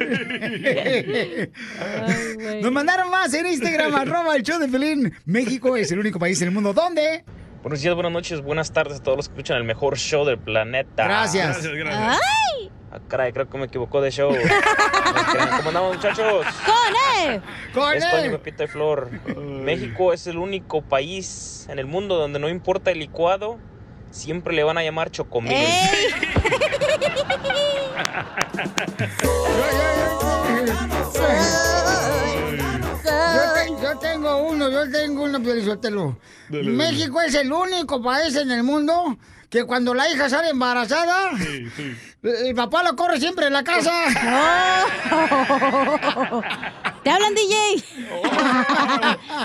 Nos mandaron más en Instagram, arroba el show de Pelín. México es el único país en el mundo donde... Buenos días, buenas noches, buenas tardes a todos los que escuchan el mejor show del planeta. Gracias. Gracias, gracias. ¡Ay! Ah, caray, creo que me equivocó de *laughs* show. ¿Cómo andamos, muchachos? ¡Con E. él! E. ¡Con es Toño, Pepita y Flor. México es el único país en el mundo donde no importa el licuado, siempre le van a llamar chocomil. Eh. Yo, te- yo tengo uno, yo tengo uno, Piolizotelo. Dale, dale. México es el único país en el mundo que cuando la hija sale embarazada, el papá lo corre siempre en la casa. ¡Te hablan, DJ!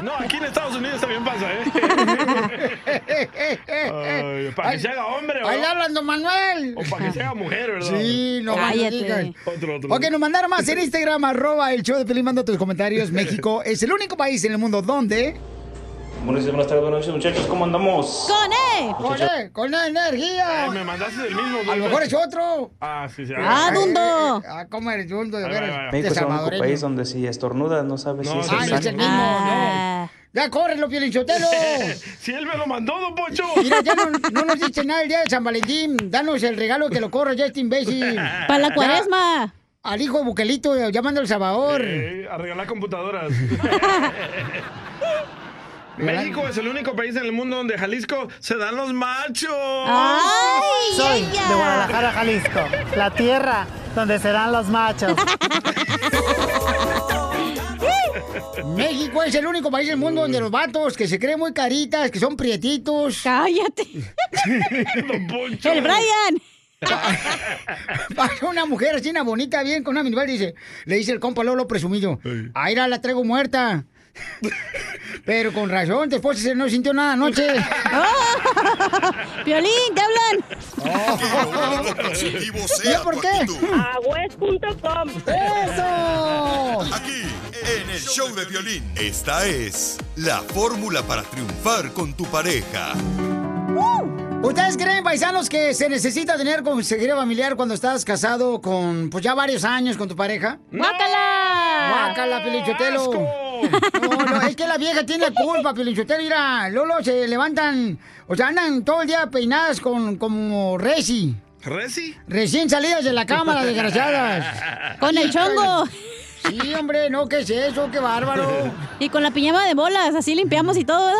No, aquí en Estados Unidos también pasa, ¿eh? Ay, para que Ay, se haga hombre, Ahí le ¿verdad? hablan, don Manuel. O para que se haga mujer, ¿verdad? Sí, no más Cállate. digas. Otro, otro. Ok, nos mandaron más en Instagram, arroba el show de Pelín, manda tus comentarios. *laughs* México es el único país en el mundo donde... Buenos días, buenas tardes, buenas noches, muchachos, ¿cómo andamos? ¡Con E! ¡Con E! ¡Con E energía! Ay, Eh, me mandaste del mismo. A lo mejor es otro. Ah, sí, sí. Ah, Dundo. Ah, ¿cómo eres Dundo? De veras. México Este es el único salvadoreño. país donde si estornudas no sabes si No, es ah, el no es el santo. mismo, no. Ya córrelo, *laughs* Pielinchotelo. Si él me lo mandó, don Pocho. Mira, ya no, no nos dice nada el día de San Valentín. Danos el regalo que lo corro ya este imbécil. Pa' la Ya, cuaresma. al hijo de Buquelito, llamando El Salvador. Eh, a *laughs* regalar computadoras. México es el único país en el mundo donde Jalisco se dan los machos. Soy de Guadalajara, Jalisco, la tierra donde serán los machos. *laughs* México es el único país del mundo donde los vatos que se creen muy caritas, que son prietitos. ¡Cállate! ¡El Brian! *laughs* Baja una mujer así, una bonita, bien, con una minibar, dice, le dice el compa Lolo presumido, ahí la, la traigo muerta. Pero con razón, después se no sintió nada anoche. *laughs* ¡Piolín, te hablan! *laughs* Oh. sea por qué? Agüez.com. ¡Eso! Aquí, en el show de violín. Esta es la fórmula para triunfar con tu pareja. ¿Ustedes creen, paisanos, que se necesita tener consejería familiar cuando estás casado con, pues ya varios años con tu pareja? ¡Guácala! ¡Guácala, Pelichotelo! No, no, es que la vieja tiene la culpa, Pelichotelo. Mira, Lolo se levantan, o sea, andan todo el día peinadas con, como Resi. ¿Resi? Recién salidas de la cama, las desgraciadas. Con el chongo. Sí, hombre, no, ¿qué es eso? ¡Qué *laughs* bárbaro! Y con la pijama de bolas, así limpiamos y todo, ¿verdad?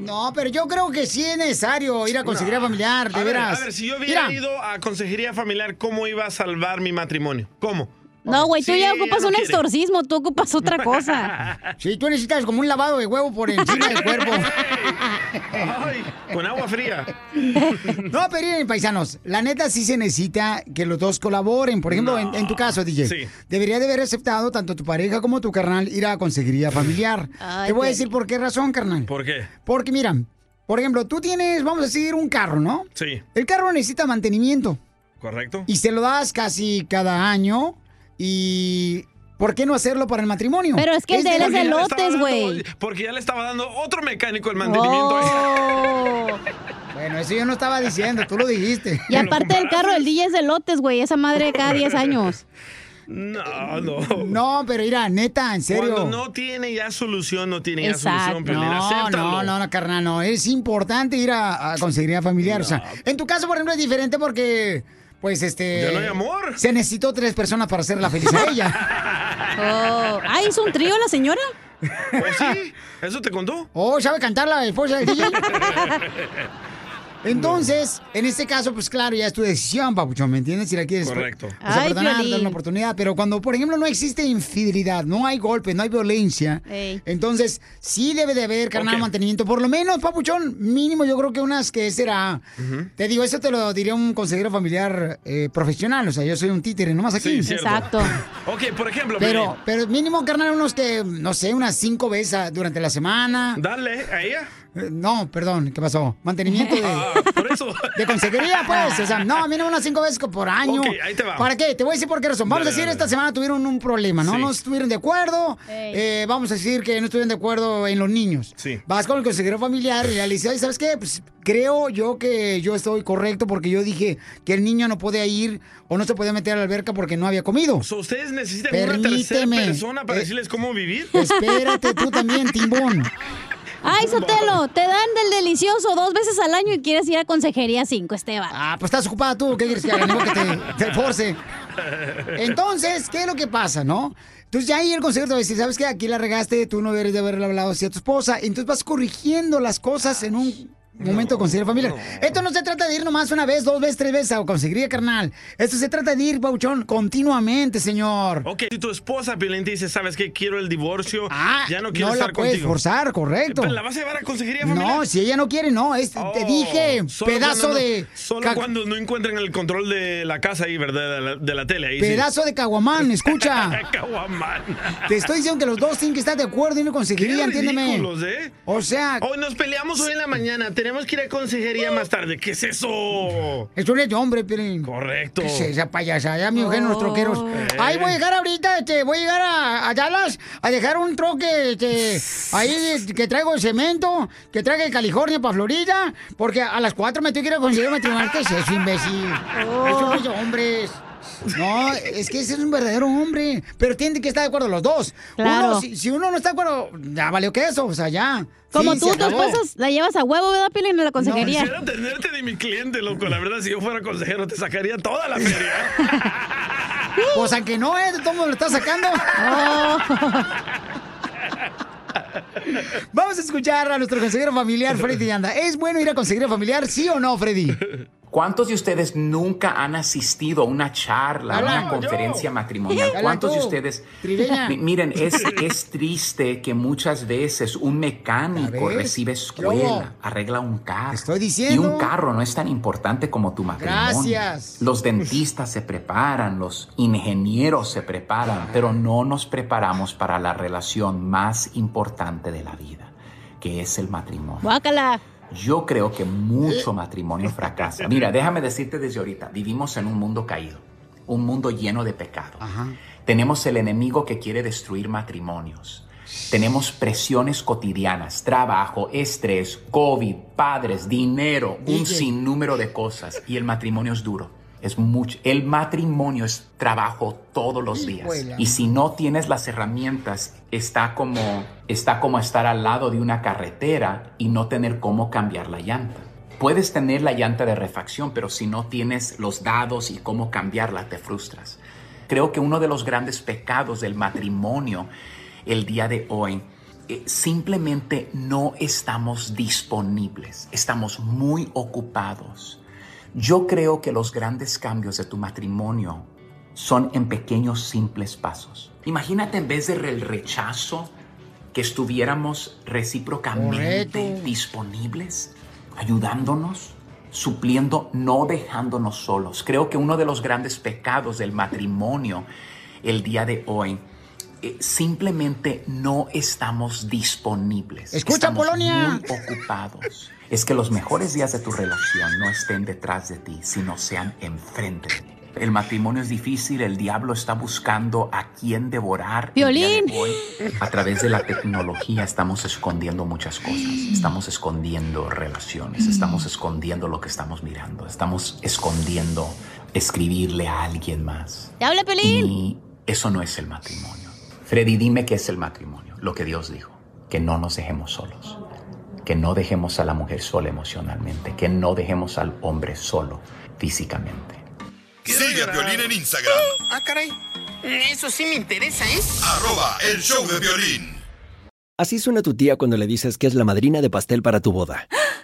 No, pero yo creo que sí es necesario ir a conseguir a familiar, de a, ver, veras. a ver, si yo hubiera Mira, ido a consejería familiar, ¿cómo iba a salvar mi matrimonio? ¿Cómo? No, güey, tú Sí, ya ella ocupas no un quiere. exorcismo, tú ocupas otra *laughs* cosa. Sí, tú necesitas como un lavado de huevo por encima del *laughs* cuerpo. Ay, con agua fría. No, pero miren, paisanos, la neta sí se necesita que los dos colaboren. Por ejemplo, en, en tu caso, DJ, Sí. debería de haber aceptado tanto tu pareja como tu carnal ir a consejería familiar. Ay, Te voy a Piolín. decir por qué razón, carnal. ¿Por qué? Porque mira, por ejemplo, tú tienes, vamos a decir, un carro, ¿no? Sí, El carro necesita mantenimiento correcto. y se lo das casi cada año y... ¿Por qué no hacerlo para el matrimonio? Este Pero es que el de él es Porque ya le estaba elotes, dando- güey. Porque ya le estaba dando otro mecánico el mantenimiento. *laughs* Bueno, eso yo no estaba diciendo, tú lo dijiste. Y aparte del carro, el DJ es de lotes, güey. Esa madre cada 10 años. No, no. No, pero mira, neta, en serio. Cuando no tiene ya solución, no tiene ya Exacto. solución, Piolín. No, Acéptalo. no, no, no, carnal, no. Es importante ir a, a conseguir familiar. O sea, en tu caso, por ejemplo, es diferente porque, pues, este. Ya no hay amor. Se necesitó tres personas para hacerla feliz a *laughs* ella. Oh. Ah, ¿hizo un trío la señora? Pues ¿O sí? ¿Eso te contó? *laughs* Oh, ¿sabe cantar la esposa del DJ? Entonces, en este caso, pues claro, ya es tu decisión, papuchón, ¿me entiendes? Si la quieres. pues, Correcto. O sea, Ay, perdonar, Piolín. dar una oportunidad. Pero cuando, por ejemplo, no existe infidelidad, no hay golpe, no hay violencia, entonces sí debe de haber, carnal, Ok. mantenimiento. Por lo menos, papuchón, mínimo, yo creo que unas que será. Te digo, eso te lo diría un consejero familiar eh, profesional. O sea, yo soy un títere, nomás aquí. Sí, cierto. *laughs* Ok, por ejemplo, Pero, Piolín, pero mínimo, carnal, unos que, no sé, unas cinco veces a- durante la semana. Dale a ella. Eh, No, perdón, ¿qué pasó? Mantenimiento de, Ah, *laughs* de consejería, pues. O sea, no, mínimo unas cinco veces por año. Ok, ahí te va. ¿Para qué? Te voy a decir por qué razón. Vamos Dale, a decir, dale, esta semana tuvieron un problema, ¿no? Sí. No estuvieron de acuerdo. Ey. eh, vamos a decir que no estuvieron de acuerdo en los niños. Sí. Vas con el consejero familiar y le dices, "Ay, ¿sabes qué? Pues creo yo que yo estoy correcto porque yo dije que el niño no podía ir o no se podía meter a la alberca porque no había comido. ¿Ustedes necesitan una tercera Permíteme. persona para Eh, decirles cómo vivir? Espérate tú también, timbón. Ay, Sotelo, te dan del delicioso dos veces al año y quieres ir a consejería 5, Esteban. Ah, pues estás ocupada tú, ¿qué quieres que haga? Ni modo que *laughs* te- te force. Entonces, ¿qué es lo que pasa, no? Entonces ya ahí el consejero te va a decir, ¿sabes qué? Aquí la regaste, tú no deberías de haberle hablado así a tu esposa. Entonces vas corrigiendo las cosas en un momento de consejero familiar. Esto no se trata de ir nomás una vez, dos veces, tres veces a consejería, carnal. Esto se trata de ir, Bauchón, continuamente, señor. Ok, si tu esposa, Piolín, te dice, ¿sabes qué? Quiero el divorcio, ya no Ah, No quiero la estar puedes contigo. forzar, correcto. Pero ¿La vas a llevar a consejería familiar? No, si ella no quiere, no. Es- te dije, Solo pedazo cuando no- de... Solo ca- cuando no encuentren el control de la casa ahí, ¿verdad? De la, de la tele. Ahí sí. Pedazo de caguamán, *laughs* escucha. Caguamán. Te estoy diciendo que los dos tienen que estar de acuerdo y no conseguiría, entiéndeme. ridículos, ¿eh? O sea. Hoy nos peleamos hoy en la mañana. Tenemos que ir a consejería más tarde. ¿Qué es eso? Eso no es de hombre, Piolín. Correcto. ¿Qué es esa payasa? Ya me urgen los troqueros. Eh. Ahí voy a llegar ahorita, este, voy a llegar a, a Dallas a dejar un troque, este, ahí que traigo de cemento, que traiga de California para Florida, porque a las 4 me tengo que ir a conseguir matrimonial. ¿Qué es eso, imbécil? Oh. Eso no es de hombres. No, es que ese es un verdadero hombre. Pero tienen que estar de acuerdo los dos. Claro. Uno, si, si uno no está de acuerdo, ya valió que eso, o sea, ya. Como Sí, tú, se tus acabó. cosas la llevas a huevo, ¿verdad, Pilín? En la consejería. Quisiera tenerte de mi cliente, loco. La verdad, si yo fuera consejero, te sacaría toda la feria. Pues aunque no, ¿eh? Todo lo está sacando. Vamos a escuchar a nuestro consejero familiar, Freddy Anda. ¿Es bueno ir a consejero familiar, sí o no, Freddy? ¿Cuántos de ustedes nunca han asistido a una charla, a Habla, una yo. conferencia matrimonial? Habla ¿Cuántos de tú, ustedes? Tribeña. Mi- Miren, es, es triste que muchas veces un ¿Ya mecánico ves? recibe ¿Qué escuela, hubo? arregla un carro. diciendo. Y un carro no es tan importante como tu matrimonio. Gracias. Los dentistas se preparan, los ingenieros se preparan, pero no nos preparamos para la relación más importante de la vida, que es el matrimonio. Guácala. Yo creo que mucho matrimonio fracasa. Mira, déjame decirte desde ahorita, vivimos en un mundo caído, un mundo lleno de pecado. Ah. Tenemos el enemigo que quiere destruir matrimonios. Tenemos presiones cotidianas, trabajo, estrés, COVID, padres, dinero, un DJ. sinnúmero de cosas. Y el matrimonio es duro. Es mucho. El matrimonio es trabajo todos los días. Hijuela. Y si no tienes las herramientas, está como, está como estar al lado de una carretera y no tener cómo cambiar la llanta. Puedes tener la llanta de refacción, pero si no tienes los dados y cómo cambiarla, te frustras. Creo que uno de los grandes pecados del matrimonio el día de hoy, eh, simplemente no estamos disponibles, estamos muy ocupados. Yo creo que los grandes cambios de tu matrimonio son en pequeños, simples pasos. Imagínate en vez del rechazo, que estuviéramos recíprocamente disponibles, ayudándonos, supliendo, no dejándonos solos. Creo que uno de los grandes pecados del matrimonio el día de hoy, eh, simplemente no estamos disponibles. Escucha, Estamos Polonia. muy ocupados. Es que los mejores días de tu relación no estén detrás de ti, sino sean enfrente de ti. El matrimonio es difícil, el diablo está buscando a quién devorar. el día de Piolín. hoy. A través de la tecnología estamos escondiendo muchas cosas. Estamos escondiendo relaciones, estamos escondiendo lo que estamos mirando, estamos escondiendo escribirle a alguien más. ¡Te habla, Pilín! Y eso no es el matrimonio. Freddy, dime qué es el matrimonio, lo que Dios dijo, que no nos dejemos solos, que no dejemos a la mujer sola emocionalmente, que no dejemos al hombre solo físicamente. Sigue a Violín en Instagram. Ah, caray. Eso sí me interesa, ¿eh? Arroba el show de violín. Así suena tu tía cuando le dices que es la madrina de pastel para tu boda.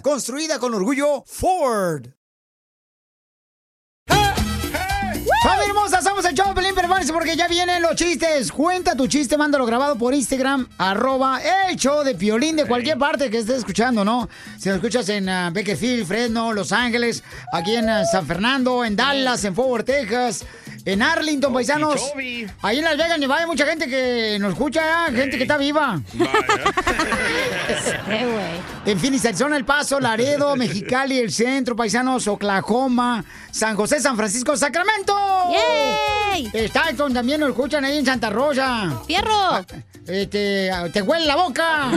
construida con orgullo Ford. ¡Familia hermosa! Somos el show de Pelín prepárense porque ya vienen los chistes. Cuenta tu chiste, mándalo grabado por Instagram, arroba el show de Piolín de cualquier parte que estés escuchando, ¿no? Si lo escuchas en ah, Bakersfield, Fresno, Los Ángeles, aquí en ah, San Fernando, en Dallas, en Fort Worth, Texas, en Arlington, paisanos. Ahí en Las Vegas, Nevada, hay mucha gente que nos escucha, ¿eh? gente que está viva. En Phoenix, Arizona, El Paso, Laredo, Mexicali, El Centro, Paisanos, Oklahoma, San José, San Francisco, Sacramento. ¡Yay! Stanton también lo escuchan ahí en Santa Rosa. ¡Fierro! Este, te huele la boca.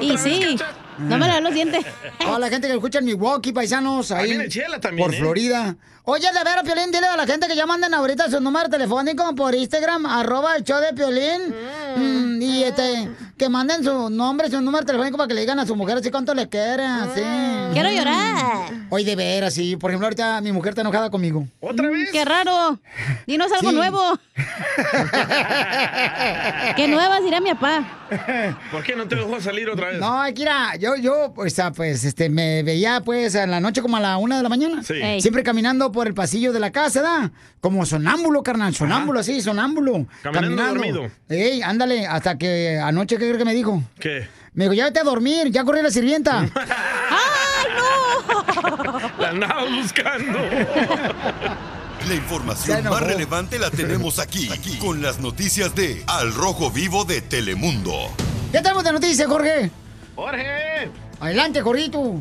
Y sí, no me lavé los dientes. Toda la gente que escucha en Milwaukee, paisanos, ahí. viene Chela también, Por ¿eh? Florida. Oye, de veras, Piolín, dile a la gente que ya mandan ahorita su número telefónico por Instagram, arroba el show de Piolín. Mm, y este, que manden su nombre, su número telefónico para que le digan a su mujer así cuánto le quieran, Mm. sí. Quiero llorar. Oye, de veras, sí. Por ejemplo, ahorita mi mujer está enojada conmigo. ¿Otra vez? Mm, Qué raro. Dinos algo Sí. *laughs* nuevo. Qué nuevas dirá mi papá. ¿Por qué no te dejó salir otra vez? No, es que mira, yo, yo, pues, ah, pues, este, me veía, pues, en la noche como a la una de la mañana. Sí. Ey. Siempre caminando por el pasillo de la casa, ¿da? Como sonámbulo, carnal, sonámbulo, así, sonámbulo. Caminando dormido. Ey, ándale, hasta que anoche, ¿qué creo que me dijo? ¿Qué? Me dijo, ya vete a dormir, ya corrí la *laughs* sirvienta. La andaba buscando. *laughs* La información más relevante la tenemos aquí, aquí, con las noticias de Al Rojo Vivo de Telemundo. ¿Qué tenemos de noticias, Jorge? ¡Jorge! Adelante, Jorgito.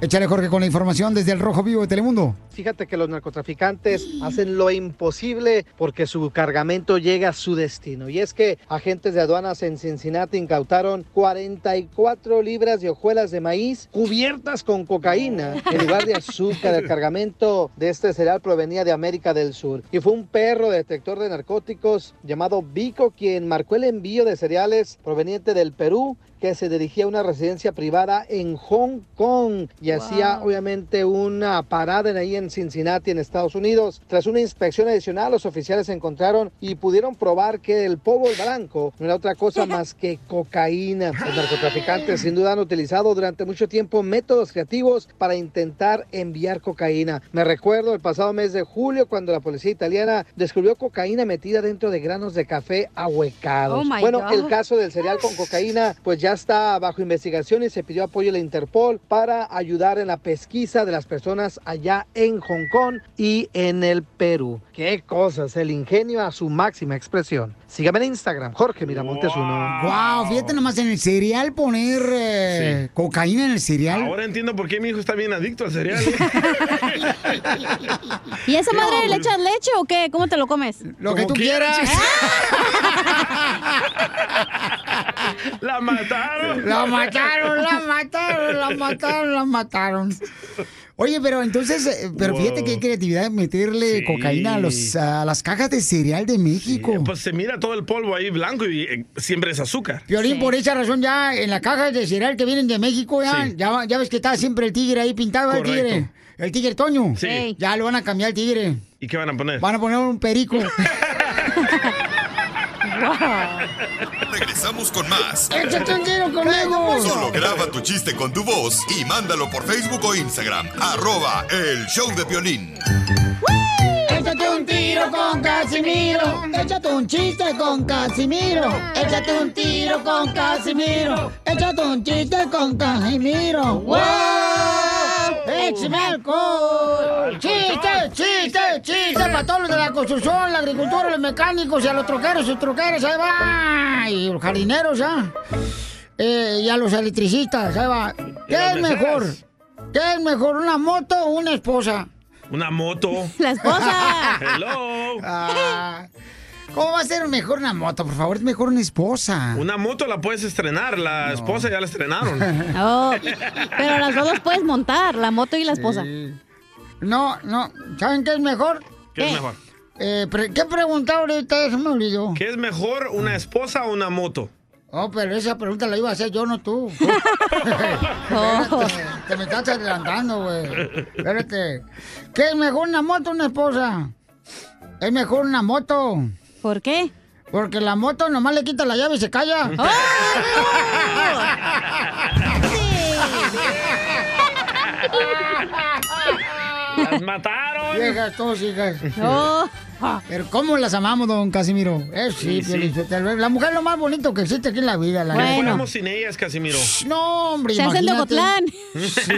Échale, Jorge, con la información desde el Rojo Vivo de Telemundo. Fíjate que los narcotraficantes hacen lo imposible porque su cargamento llega a su destino. Y es que agentes de aduanas en Cincinnati incautaron 44 libras de hojuelas de maíz cubiertas con cocaína en lugar de azúcar. El cargamento de este cereal provenía de América del Sur. Y fue un perro detector de narcóticos llamado Vico quien marcó el envío de cereales proveniente del Perú que se dirigía a una residencia privada en Hong Kong y hacía obviamente una parada en ahí en Cincinnati, en Estados Unidos. Tras una inspección adicional, los oficiales encontraron y pudieron probar que el polvo blanco no era *laughs* otra cosa más que cocaína. Los narcotraficantes sin duda han utilizado durante mucho tiempo métodos creativos para intentar enviar cocaína. Me recuerdo el pasado mes de julio cuando la policía italiana descubrió cocaína metida dentro de granos de café ahuecados. Oh, my bueno, el God. caso caso del cereal con cocaína, pues ya está bajo investigación y se pidió apoyo a la Interpol para ayudar en la pesquisa de las personas allá en Hong Kong y en el Perú. Qué cosas, el ingenio a su máxima expresión. Sígame en Instagram, Jorge Miramontes uno. Wow, fíjate nomás en el cereal poner eh, Sí. cocaína en el cereal. Ahora entiendo por qué mi hijo está bien adicto al cereal. ¿Y esa madre le echas leche o qué? ¿Cómo te lo comes? pues. Lo que tú quieras. La mataron. La mataron, la mataron, la mataron, la mataron. Oye, pero entonces, eh, pero fíjate qué creatividad meterle Sí. cocaína a, los, a las cajas de cereal de México. Eh, Pues se mira todo el polvo ahí blanco y eh, siempre es azúcar. Violín, por esa razón ya en las cajas de cereal que vienen de México, ya, ya, ya ves que está siempre el tigre ahí pintado, el Correcto. tigre. El tigre Toño. Sí. Ya lo van a cambiar el tigre. ¿Y qué van a poner? Van a poner un *laughs* perico. *laughs* Regresamos con más. Échate un tiro conmigo. Solo graba tu chiste con tu voz y mándalo por Facebook o Instagram, arroba el show de violín. Échate un tiro con Casimiro. Échate un chiste con Casimiro. Échate un tiro con Casimiro. Échate un chiste con Casimiro. ¡Wow! ¡Écheme alcohol! ¡Chiste, chiste, chiste! Para todos los de la construcción, la agricultura, los mecánicos y a los troqueros y troqueras, ahí va. Y los jardineros, ¿ah? Eh, y a los electricistas, ahí va. ¿Y ¿Qué las es mejor? meseras? ¿Qué es mejor, una moto o una esposa? Una moto. *laughs* La esposa. *laughs* Hello. Ah. ¿Cómo va a ser mejor una moto? Por favor, es mejor una esposa. Una moto la puedes estrenar, la esposa ya *laughs* la estrenaron. Oh, pero las dos las puedes montar, la moto y la esposa. No, no. ¿Saben qué es mejor? ¿Qué es mejor? Eh, pre- ¿Qué preguntaba ahorita? Eso me olvidó. ¿Qué es mejor, una esposa o una moto? Oh, pero esa pregunta la iba a hacer yo, no *laughs* tú. *laughs* Espérate, te me estás adelantando, güey. Espérate. ¿Qué es mejor una moto o una esposa? Es mejor una moto. ¿Por qué? Porque la moto nomás le quita la llave y se calla. ¡Oh! ¡Las mataron! Viejas *laughs* tóxicas. No. Pero cómo las amamos, don Casimiro. Eh, sí, Sí, sí. Piolín, La mujer es lo más bonito que existe aquí en la vida. La ¿Qué neta. fuéramos sin ellas, Casimiro? No, hombre, imagínate. Sí,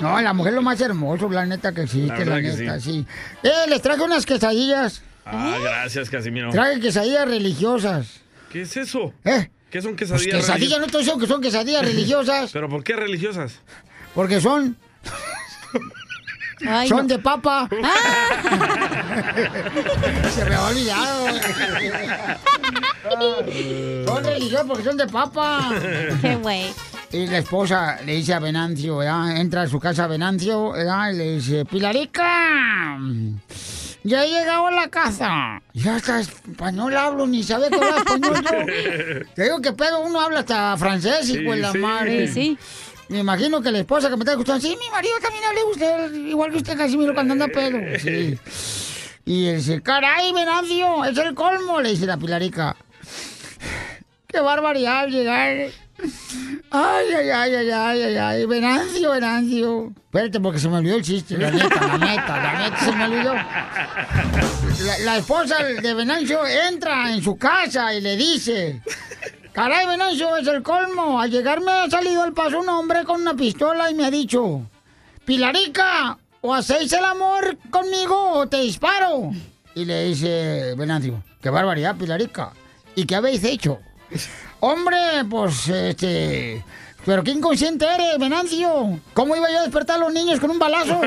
No, la mujer es lo más hermoso, la neta que existe, La la, verdad que neta, sí. sí. Eh, les traje unas quesadillas. Ah, gracias, Casimiro. Traje quesadillas religiosas. ¿Qué es eso? ¿Eh? ¿Qué son Pues quesadillas? quesadillas, religiosas? no estoy diciendo que son quesadillas religiosas, ¿Pero por qué religiosas? porque son. Ay, son no. Ah. de papa. Se me ha olvidado. son religiosas porque son de papa. Qué güey. Y la esposa le dice a Venancio, ¿verdad? entra a su casa Venancio, ¿verdad? y le dice, Pilarica, ya he llegado a la casa. Ya hasta español hablo, ni sabe que habla español *laughs* yo. Te digo que pedo, uno habla hasta francés, hijo Sí, de la sí. madre. Sí, sí. Me imagino que la esposa que me está escuchando, sí, mi marido también habla usted, igual que usted, Casimiro, cuando anda pedo. Eh. Sí. Y él dice, caray, Venancio, es el colmo, le dice la Pilarica. Qué barbaridad llegar. Ay, ay, ay, ay, ay, ay, ay, Venancio, Venancio. Espérate, porque se me olvidó el chiste, la neta, la neta, la neta, se me olvidó. La, la esposa de Venancio entra en su casa y le dice... Caray, Venancio, es el colmo. Al llegarme ha salido al paso un hombre con una pistola y me ha dicho... Pilarica, o hacéis el amor conmigo o te disparo. Y le dice Venancio, qué barbaridad, Pilarica. ¿Y qué habéis hecho? Hombre, pues este... Pero qué inconsciente eres, Venancio. ¿Cómo iba yo a despertar a los niños con un balazo?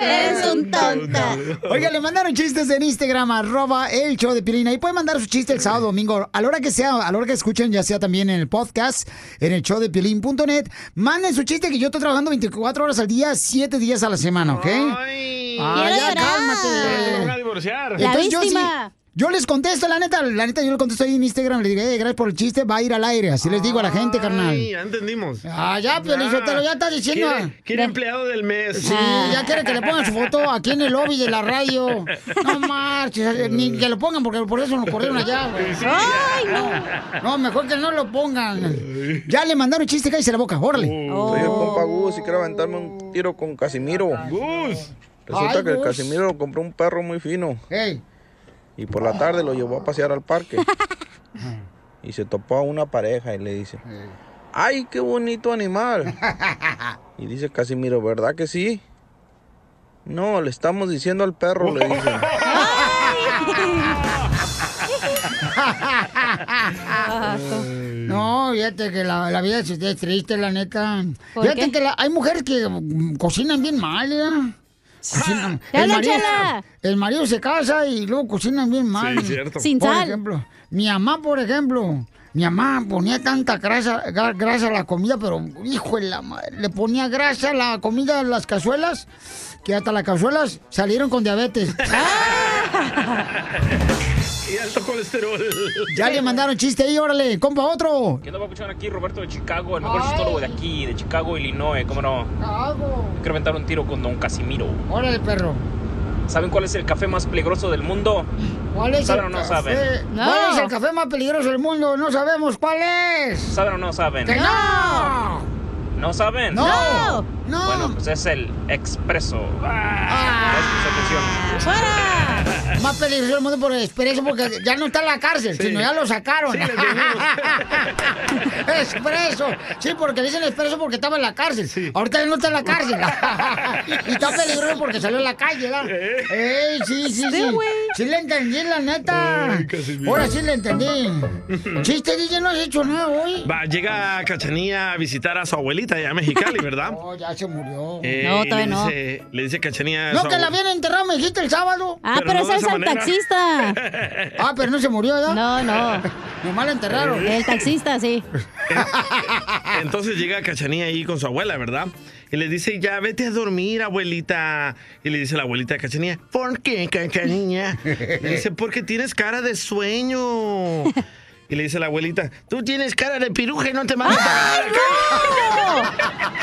Eres un tonta. Oiga, le mandaron chistes en Instagram, arroba el show de Pirina. Y pueden mandar su chiste el sábado, domingo, a la hora que sea, a la hora que escuchen, ya sea también en el podcast, en el show de Piolín.net. Manden su chiste que yo estoy trabajando 24 horas al día, 7 días a la semana, ¿ok? Ay, Quiero ya llorar. cálmate. Se van a divorciar. La Entonces, víctima. Yo, sí- yo les contesto, la neta, la neta, yo les contesto ahí en Instagram, les digo, "Eh, gracias por el chiste, va a ir al aire. Así les digo a la gente, carnal. Sí, ya entendimos. Ah, ya, Piolín Sotelo, ya está diciendo- Quiere, quiere empleado del mes. Sí, ya quiere que le pongan su foto aquí en el lobby de la radio. No marches, ni que lo pongan porque por eso nos corrieron allá, güey. Sí. ¡Ay, no! No, mejor que no lo pongan. Ya le mandaron chiste, cállese la boca, órale. Soy el Oh. compa Gus y quiero aventarme un tiro con Casimiro. Gus. Resulta Ay, que Gus. Casimiro compró un perro muy fino. Y por la tarde lo llevó a pasear *laughs* al parque. y se topó a una pareja y le dice, ¡ay, qué *laughs* bonito animal! y dice Casimiro, ¿verdad que sí? No, le estamos diciendo al perro, le dice. No, fíjate que la, la vida es, es triste, la neta. ¿Por Fíjate qué? que la- hay mujeres que mm, cocinan bien mal, ¿eh? Cocinan- Ah, ¡Ya el, habla, marido, Chela! el marido se casa y luego cocinan bien mal. Sí, cierto. Sin por sal. ejemplo, mi mamá, por ejemplo, mi mamá ponía tanta grasa, gra- grasa a la comida, pero hijo de la madre, le ponía grasa a la comida a las cazuelas, que hasta las cazuelas salieron *laughs* con diabetes. ¡Ah! Y alto colesterol. ya le mandaron chiste ahí, órale, compa, otro. ¿Qué onda, papuchón? Aquí Roberto de Chicago, el mejor chistólogo de aquí, de Chicago, Illinois, ¿cómo no? Quiero inventar un tiro con Don Casimiro. Órale, perro. ¿Saben cuál es el café más peligroso del mundo? ¿Cuál es ¿Saben el o no café? saben? ¿Cuál es el café más peligroso del mundo? No sabemos cuál es. ¿Saben o no saben? ¡Que no! ¿No saben? ¡No! Ah. Bueno, pues es el expreso. Gracias por su atención. más peligroso del mundo por expreso porque ya no está en la cárcel, Sí. sino ya lo sacaron. Sí, les digo. *laughs* expreso. Sí, porque dicen expreso porque estaba en la cárcel. Ahorita ya no está en la *laughs* cárcel. y está peligroso porque salió a la calle, ¿verdad? ¿Eh? Ey, sí, sí, sí. Sí le entendí, la neta. Ay, Casimiro. Ahora sí le *laughs* entendí. Chiste, DJ, no has hecho nada hoy. Va, llega Cachanía a visitar a su abuelita allá a Mexicali, ¿verdad? No, ya se murió. Eh, no, y todavía le no. dice, Le dice Cachanía a No, su que la abuela- habían enterrado, me dijiste el sábado. Ah, pero, Pero no ese de es esa el manera. taxista. *laughs* Ah, pero no se murió, ¿verdad? No, no. *laughs* Nomás la enterraron. El taxista, sí. Entonces llega Cachanía ahí con su abuela, ¿verdad? Y le dice, ya vete a dormir, abuelita. Y le dice la abuelita a Cachanía, ¿por qué, Cachanía? Le *laughs* dice, porque tienes cara de sueño. Y le dice la abuelita, tú tienes cara de piruja y no te van a pagar. *laughs*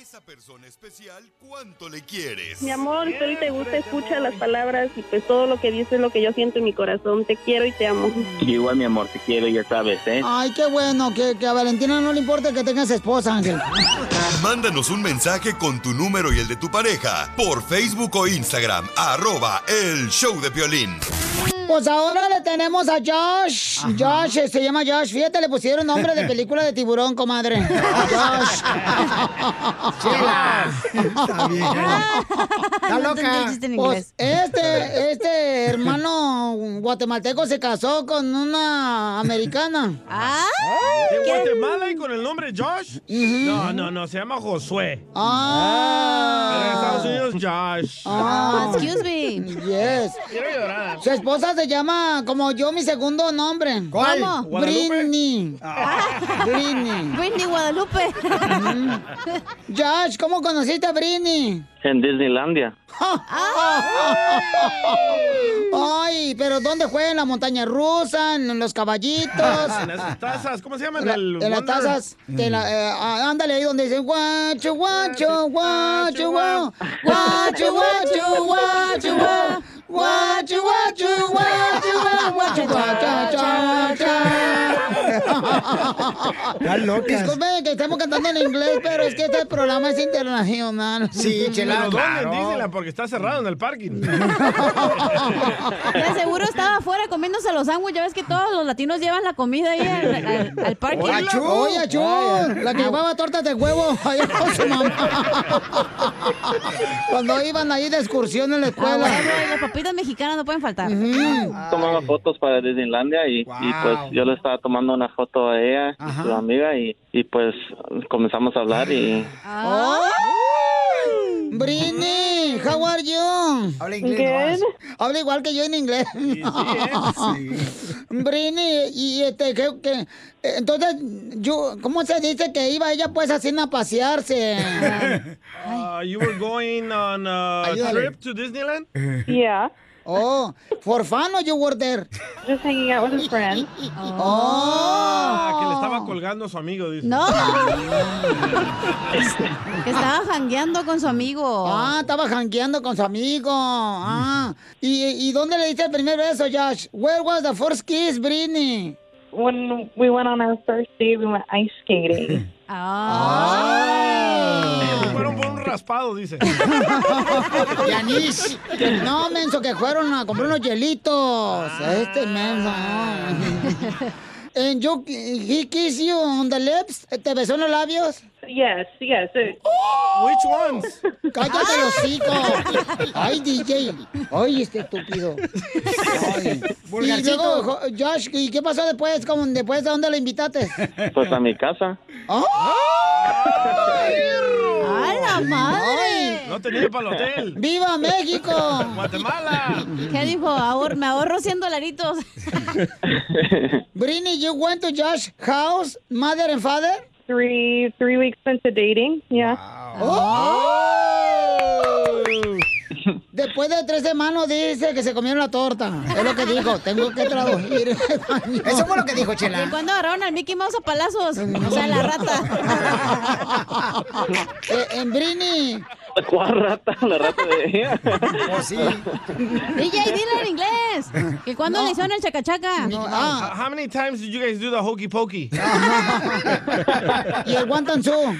Esa persona especial, ¿cuánto le quieres? Mi amor, si te gusta, escucha las palabras y pues todo lo que dices es lo que yo siento en mi corazón. Te quiero y te amo. Yo igual, mi amor, te quiero, ya sabes, ¿eh? Ay, qué bueno, que, que a Valentina no le importa que tengas esposa, Ángel. Mándanos un mensaje con tu número y el de tu pareja por Facebook o Instagram, arroba el show de violín. Pues ahora le tenemos a Josh. Josh, eh, se llama Josh. Fíjate, le pusieron nombre de película de *laughs* tiburón, comadre. Josh. Chela. Está No entendí loca. el chiste en inglés. Pues *laughs* este, este hermano guatemalteco se casó con una americana. Ah. ¿De Guatemala y con el nombre Josh? No, no, no, se llama Josué. Pero en Estados Unidos, Josh. Ah, excuse me. Yes. Quiero llorar. Su esposa se llama como yo mi segundo nombre. ¿Cuál? ¿Cómo? ¿Guadalupe? Britney. Ah. Britney. Britney Guadalupe. Josh, ¿cómo conociste a Britney? En Disneylandia. *laughs* Ay, pero ¿dónde juega? ¿En la montaña rusa? ¿En los *laughs* caballitos? En las tazas, ¿cómo se llaman? La- El en las Wonder- tazas. de la- eh, ah, ándale ahí donde dicen guacho, guacho, guacho, guau. guacho, guacho, guacho, guau. guacho, guacho, guacho, guau, guacho, guacha, cha, cha. Están locas. Disculpe que estamos cantando en inglés, pero es que este programa es internacional. Mm. *laughs* Pero ¿Dónde? En Disneyland, porque está cerrado en el parking. De Ah, seguro estaba afuera comiéndose los sándwiches. Ya ves que todos los latinos llevan la comida ahí al, al- al parque. Achú. Oye, achú, la que llevaba tortas de huevo *laughs* allá con su mamá. Cuando Pues iban ahí de excursión en la escuela. Ah, las papitas mexicanas no pueden faltar. Tomaba fotos para Disneylandia y, y, pues yo le estaba tomando una foto a ella, y su amiga, y, y, pues comenzamos a hablar *laughs* y Britney, how are you? Habla inglés Good. Habla igual que yo en inglés. Britney, y este, que, que- entonces, yo, ¿cómo se dice que iba ella pues así a pasearse? Uh, you were going on a Ayúdale. trip to Disneyland? *laughs* Yeah. Oh, for fun or you were there? Just hanging out with a friend. Ah, que le Oh. estaba colgando a su amigo, dice. No. Que estaba jangueando con su amigo. Ah, estaba jangueando con su amigo. Ah. ¿Y, y dónde le diste el primer beso, Josh? Where was the first kiss, Britney? When we went on our first date, we went ice skating. Ah. Fueron por un raspado, *laughs* dice. *laughs* Yanis. No, menso, que fueron a comprar unos hielitos. Este menso. no. *laughs* And you, he kissed you on the lips? ¿Te besó en los labios? Yes, yes. Which ones? *laughs* Cállate los hocico. Ay, DJ. Ay, este estúpido. Ay. Y Vulgarcito. luego, jo- Josh, ¿y qué pasó después? ¿Cómo- después de dónde lo invitaste? Pues a mi casa. ¡Ay, la madre! No tenía para el hotel. ¡Viva México! ¡Guatemala! ¿Qué dijo? Ahor- me ahorro 100 dolaritos. Brini, you went to Josh's house, mother and father? Three three weeks into dating, yeah. Oh. Después de tres semanas dice que se comieron la torta. Es lo que dijo. Tengo que traducir. *laughs* Eso fue lo que dijo ¿Y Chela. cuándo agarraron al Mickey Mouse a palazos? O sea, la rata. *laughs* Eh, en Brini. ¿Cuál rata? La rata de ella. Oh, DJ, dile en inglés. ¿Que cuándo le hicieron el chacachaca? ah, Ah. How how many times did you guys do the hokey pokey? Y el guantanzú.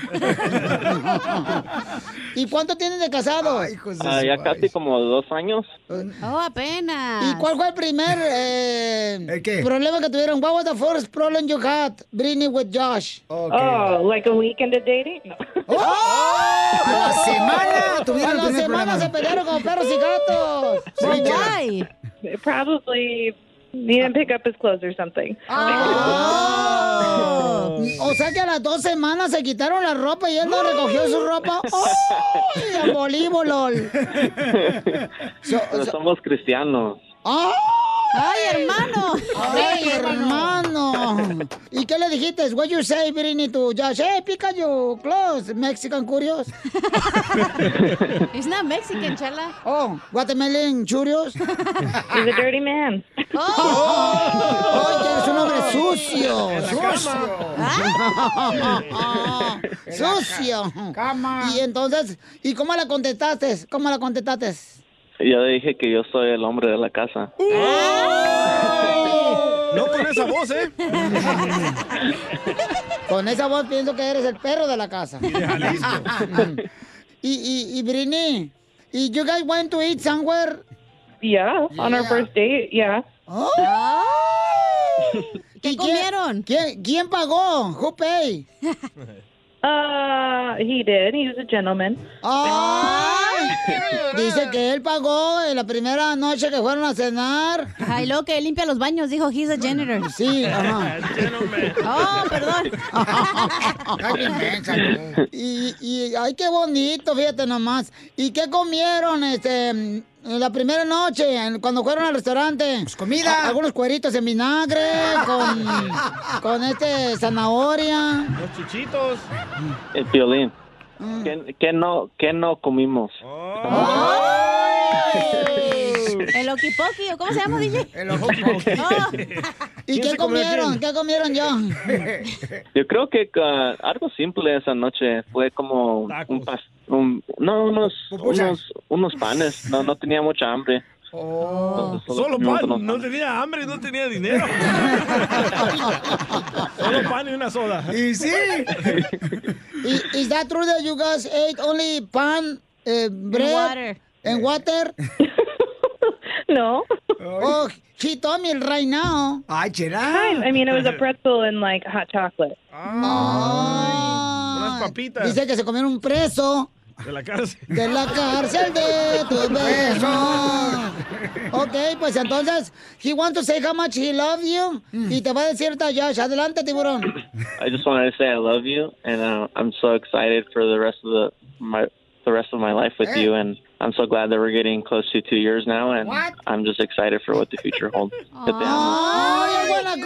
¿Y cuánto tienen de casado? Ah, ya casi como dos años. Oh, apenas. ¿Y cuál fue el primer eh, problema que tuvieron? What was the first problem you had, Brini, with Josh? Oh, Oh, like a week into dating? *laughs* No. A ¡Oh! la semana Ah, tuvieron A el la primer semana problema. se pelearon como perros y gatos. Why? Why? Probably he didn't pick up his clothes or something. Oh. O sea que a las dos semanas se quitaron la ropa y él no recogió su *laughs* ropa. ¡Ay, abolí, lol! Pero somos cristianos. ¡Ay! ¡Ay, hermano! ¡Ay, hermano! ¿Y qué le dijiste? What you say, Brini, to Josh? Hey, pica you close, Mexican curious. It's not Mexican, chala. Oh, watermelon churios. He's a dirty man. Oh, que eres un hombre sucio. En la Sucio. Sucio. Y entonces, ¿y cómo la contestaste? ¿Cómo la contestaste? Y yo le dije que yo soy el hombre de la casa. No con esa voz, ¿eh? *laughs* Con esa voz pienso que eres el perro de la casa. *laughs* y, y, y Brini, ¿y you guys went to eat somewhere? Yeah, on Yeah. our Oh. first date, yeah. *laughs* ¿Qué comieron? ¿quién, ¿Quién pagó? Who paid? Uh, he did. He was a gentleman. Oh. ¡Ay! Dice que él pagó en la primera noche que fueron a cenar. Ay, lo que limpia los baños, dijo, he's a janitor. Sí, ajá. Oh, perdón. y, y, ay, qué bonito, fíjate nomás. ¿Y qué comieron, este, en la primera noche, en- cuando fueron al restaurante? comida. A- algunos cueritos en vinagre, con, con este, zanahoria. Los chichitos. Mm. El violín. ¿Qué, qué no, qué no comimos? El okipoki, ¿o ¿cómo se llama, Oh. DJ? El ¿Y *laughs* ¿Quién qué se comió comieron? quién? ¿Qué comieron yo? Yo creo que ah, algo simple esa noche fue como un, pas- un- no unos unos, unos panes. No no tenía mucha hambre. Oh. Entonces, Solo comimos pan. unos No tenía hambre, no tenía *laughs* dinero. Solo pan y una soda. Y sí. I- Is that true that you guys ate only pan, eh, bread, water. and water? *laughs* No. Oh, he told me right now. Ay, chela. Kind. I mean, it was a pretzel and like hot chocolate. Unas papitas. Dice que se comieron un *laughs* preso De la cárcel. de la cárcel de tu beso. Preso. Ok, pues entonces, he wants to say how much he loves you. Y te va a decir Tayash, *laughs* adelante, tiburón. I just wanted to say I love you, and uh, I'm so excited for the rest of the my the rest of my life with you, and I'm so glad that we're getting close to two years now, and What? I'm just excited for what the future holds. Te amo. Ay, I wanna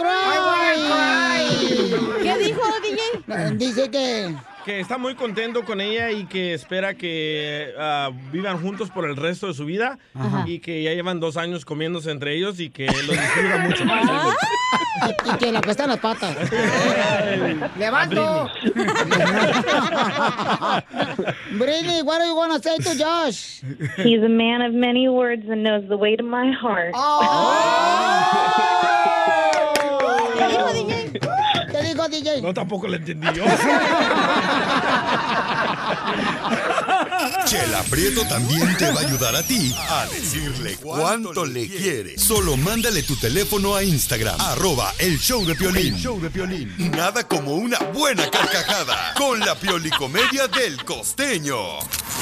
cry. ¿Qué dijo, DJ? Dice que... Que está muy contento con ella y que espera que ah, vivan juntos por el resto de su vida y que ya llevan dos años comiéndose entre ellos y que los disfruta *laughs* mucho más. Y, y que le apestan las patas. ¡Levanto! Brini, what do you wanna say to Josh? He's a man of many words and knows the way to my heart. Oh. ¿Qué dijo, DJ? ¿Qué dijo, *laughs* DJ? No, tampoco lo entendí yo. Chela Prieto también te va a ayudar a ti a decirle cuánto le quiere. Solo mándale tu teléfono a Instagram, arroba el show de Piolín. El show de Piolín. Nada como una buena carcajada con la piolicomedia del costeño.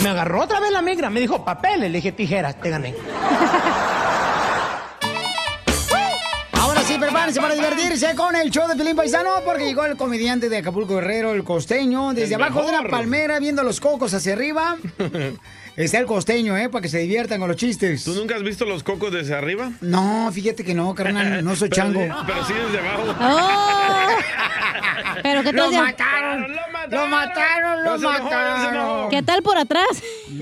Me agarró otra vez la migra, me dijo papeles, le dije tijeras, te gané. Ahora sí, prepárense para divertirse con el show de Pilín Paisano, porque llegó el comediante de Acapulco Guerrero, el costeño, desde El abajo de una mejor. palmera, viendo los cocos *laughs* hacia arriba. Está el costeño, ¿eh? Para que se diviertan con los chistes. ¿Tú nunca has visto los cocos desde arriba? No, fíjate que no, carnal, no soy *laughs* Pero chango. sí- Pero sí *laughs* desde abajo. Oh, Pero qué Lo tal. de- mataron, lo mataron, No lo se enojó, no se mataron. ¿Qué tal por atrás? *laughs*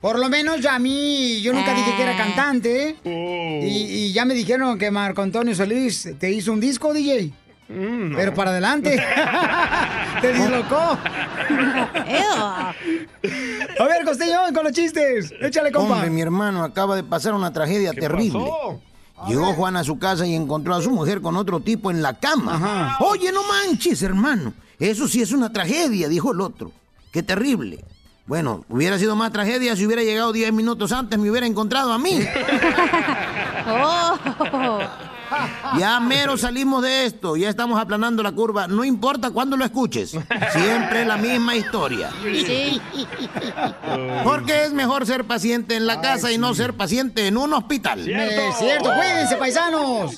Por lo menos ya a mí, yo nunca dije que era cantante. ¿eh? Oh. Y, y ya me dijeron que Marco Antonio Solís te hizo un disco, DJ. Mm, Pero para *laughs* adelante. *laughs* te dislocó. a ver, Costeño, con los chistes. Échale, compa. Hombre, mi hermano acaba de pasar una tragedia terrible. pasó? Llegó Juan a su casa y encontró a su mujer con otro tipo en la cama. Oye, no manches, hermano. Eso sí es una tragedia, dijo el otro. Qué terrible. Bueno, hubiera sido más tragedia si hubiera llegado 10 minutos antes, me hubiera encontrado a mí. Ya mero salimos de esto, ya estamos aplanando la curva, no importa cuándo lo escuches, siempre la misma historia. Porque es mejor ser paciente en la casa y no ser paciente en un hospital. ¡Cierto! Es cierto, cuídense, paisanos.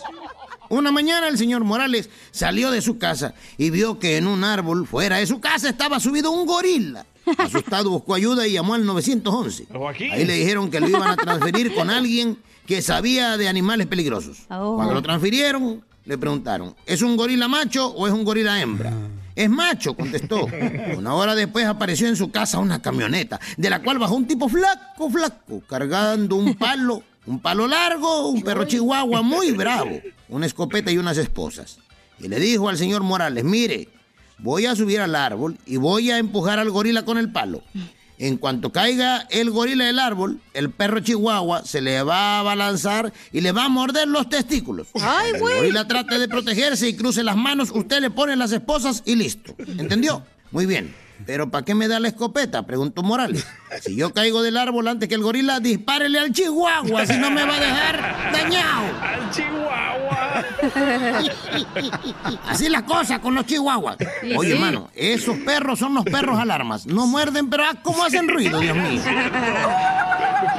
Una mañana el señor Morales salió de su casa y vio que en un árbol fuera de su casa estaba subido un gorila. Asustado buscó ayuda y llamó al 911. Ahí le dijeron que lo iban a transferir con alguien que sabía de animales peligrosos. Cuando lo transfirieron, le preguntaron, ¿es un gorila macho o es un gorila hembra? Es macho, contestó. Una hora después apareció en su casa una camioneta, de la cual bajó un tipo flaco, flaco, cargando un palo, un palo largo, un perro chihuahua muy bravo, una escopeta y unas esposas. Y le dijo al señor Morales, mire, voy a subir al árbol y voy a empujar al gorila con el palo. En cuanto caiga el gorila del árbol, el perro chihuahua se le va a balanzar y le va a morder los testículos. Ay, el güey. gorila trate de protegerse y cruce las manos, usted le pone las esposas y listo. ¿Entendió? Muy bien. ¿Pero para qué me da la escopeta? Preguntó Morales. Si yo caigo del árbol antes que el gorila, dispárele al chihuahua, si no me va a dejar dañado. Al chihuahua. *laughs* Así las cosas con los chihuahuas. Sí, Oye, sí. hermano, esos perros son los perros alarmas. No muerden, pero ah, ¿cómo hacen ruido, Dios mío? Me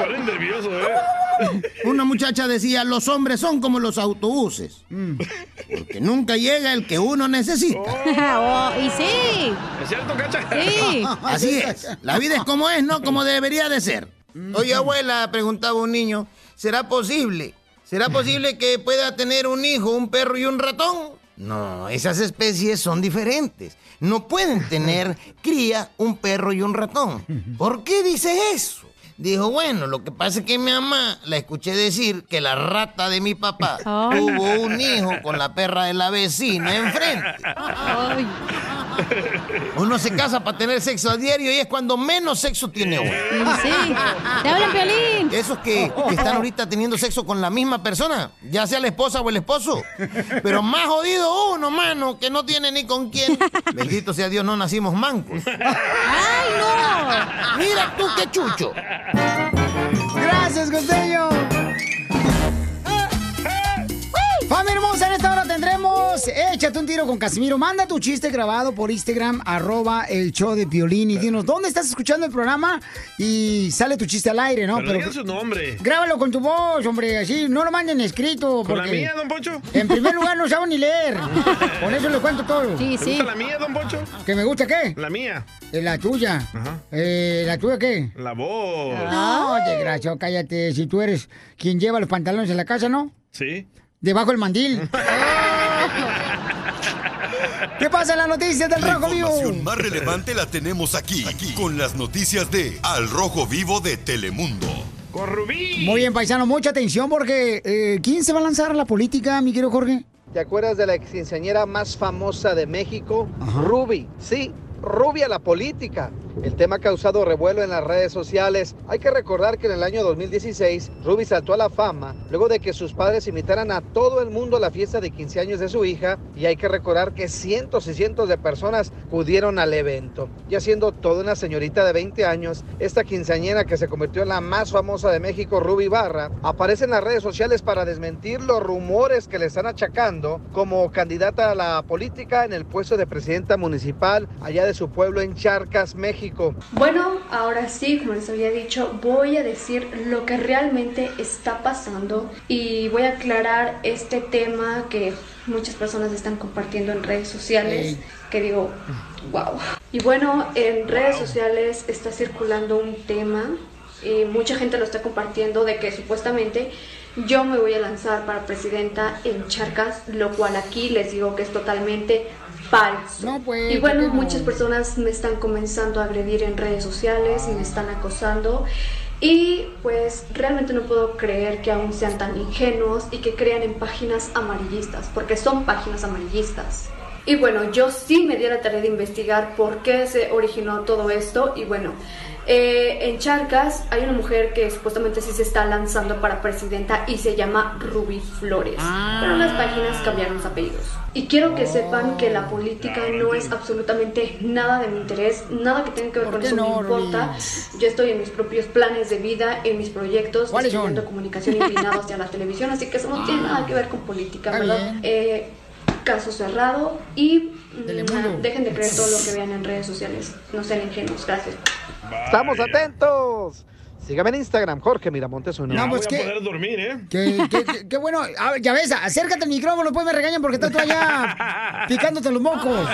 ponen nervioso, ¿eh? Una muchacha decía, los hombres son como los autobuses. Porque nunca llega el que uno necesita. y sí. ¿Es cierto, Cacha? *laughs* *laughs* Así es. La vida es como es, no como debería de ser. Oye, abuela, preguntaba un niño, ¿será posible? ¿Será posible que pueda tener un hijo, un perro y un ratón? No, esas especies son diferentes. No pueden *laughs* tener cría, un perro y un ratón. ¿Por qué dices eso? Dijo, bueno, lo que pasa es que mi mamá la escuché decir que la rata de mi *laughs* papá Oh. tuvo un hijo con la perra de la vecina enfrente. *laughs* Uno se casa para tener sexo a diario y es cuando menos sexo tiene uno. Sí, te hablan, Piolín. Esos que, que *laughs* están ahorita teniendo sexo con la misma persona, ya sea la esposa o el esposo. Pero más jodido uno, mano, que no tiene ni con quién. Bendito sea Dios, no nacimos mancos. ¡Ay, no! Mira tú qué chucho. Gracias, Costeño. Familia hermosa, en esta hora tendremos Échate un tiro con Casimiro. Manda tu chiste grabado por Instagram, arroba el show de violín y dinos dónde estás escuchando el programa y sale tu chiste al aire, ¿no? pero, digan su nombre. Grábalo con tu voz, hombre, así, no lo manden escrito. ¿Con la porque mía, don Poncho? En primer lugar, no saben ni leer. *laughs* Con eso le cuento todo. ¿Te gusta la mía, don Poncho? ¿Que me gusta qué? La mía. Eh, La tuya. Eh, ¿La tuya qué? La voz. Ah. No, desgraciado, cállate. Si tú eres quien lleva los pantalones en la casa, ¿no? Sí. Debajo del mandil. ¿Qué pasa en las noticias del La Rojo Vivo? información más relevante la tenemos aquí, aquí, con las noticias de Al Rojo Vivo de Telemundo. Muy bien, paisano, mucha atención porque eh, ¿quién se va a lanzar a la política, mi querido Jorge? ¿Te acuerdas de la quinceañera más famosa de México? Ruby, sí, Ruby a la política. El tema ha causado revuelo en las redes sociales. Hay que recordar que en el año 2016, Ruby saltó a la fama luego de que sus padres invitaran a todo el mundo a la fiesta de 15 años de su hija. Y hay que recordar que cientos y cientos de personas acudieron al evento. Ya siendo toda una señorita de 20 años, esta quinceañera que se convirtió en la más famosa de México, Ruby Barra, aparece en las redes sociales para desmentir los rumores que le están achacando como candidata a la política en el puesto de presidenta municipal allá de su pueblo en Charcas, México. Bueno, ahora sí, como les había dicho, voy a decir lo que realmente está pasando y voy a aclarar este tema que muchas personas están compartiendo en redes sociales, que digo, wow. Y bueno, en redes sociales está circulando un tema y mucha gente lo está compartiendo de que supuestamente yo me voy a lanzar para presidenta en Charcas, lo cual aquí les digo que es totalmente falso. y bueno, muchas personas me están comenzando a agredir en redes sociales y me están acosando. Y pues realmente no puedo creer que aún sean tan ingenuos y que crean en páginas amarillistas, porque son páginas amarillistas. Y bueno, yo sí me di a la tarea de investigar por qué se originó todo esto. Y bueno, eh, en Charcas hay una mujer que supuestamente sí se está lanzando para presidenta y se llama Ruby Flores. Ah. Pero las páginas cambiaron los apellidos. Y quiero que sepan que la política no es absolutamente nada de mi interés, nada que tenga que ver con qué eso no, me importa. Yo estoy en mis propios planes de vida, en mis proyectos, ¿Cuáles son? Ah. estudiando comunicación inclinada hacia la televisión, así que eso no tiene nada que ver con política, ¿verdad? Eh, caso cerrado y mm, dejen de creer todo lo *laughs* que vean en redes sociales. No sean ingenuos, gracias. Estamos atentos. Sígame en Instagram, Jorge Miramontes uno. Ah, No, pues que- dormir, ¿eh? que- que- que- qué bueno. A ver, ya ves, acércate al micrófono, pues me regañan porque estás tú allá picándote los mocos.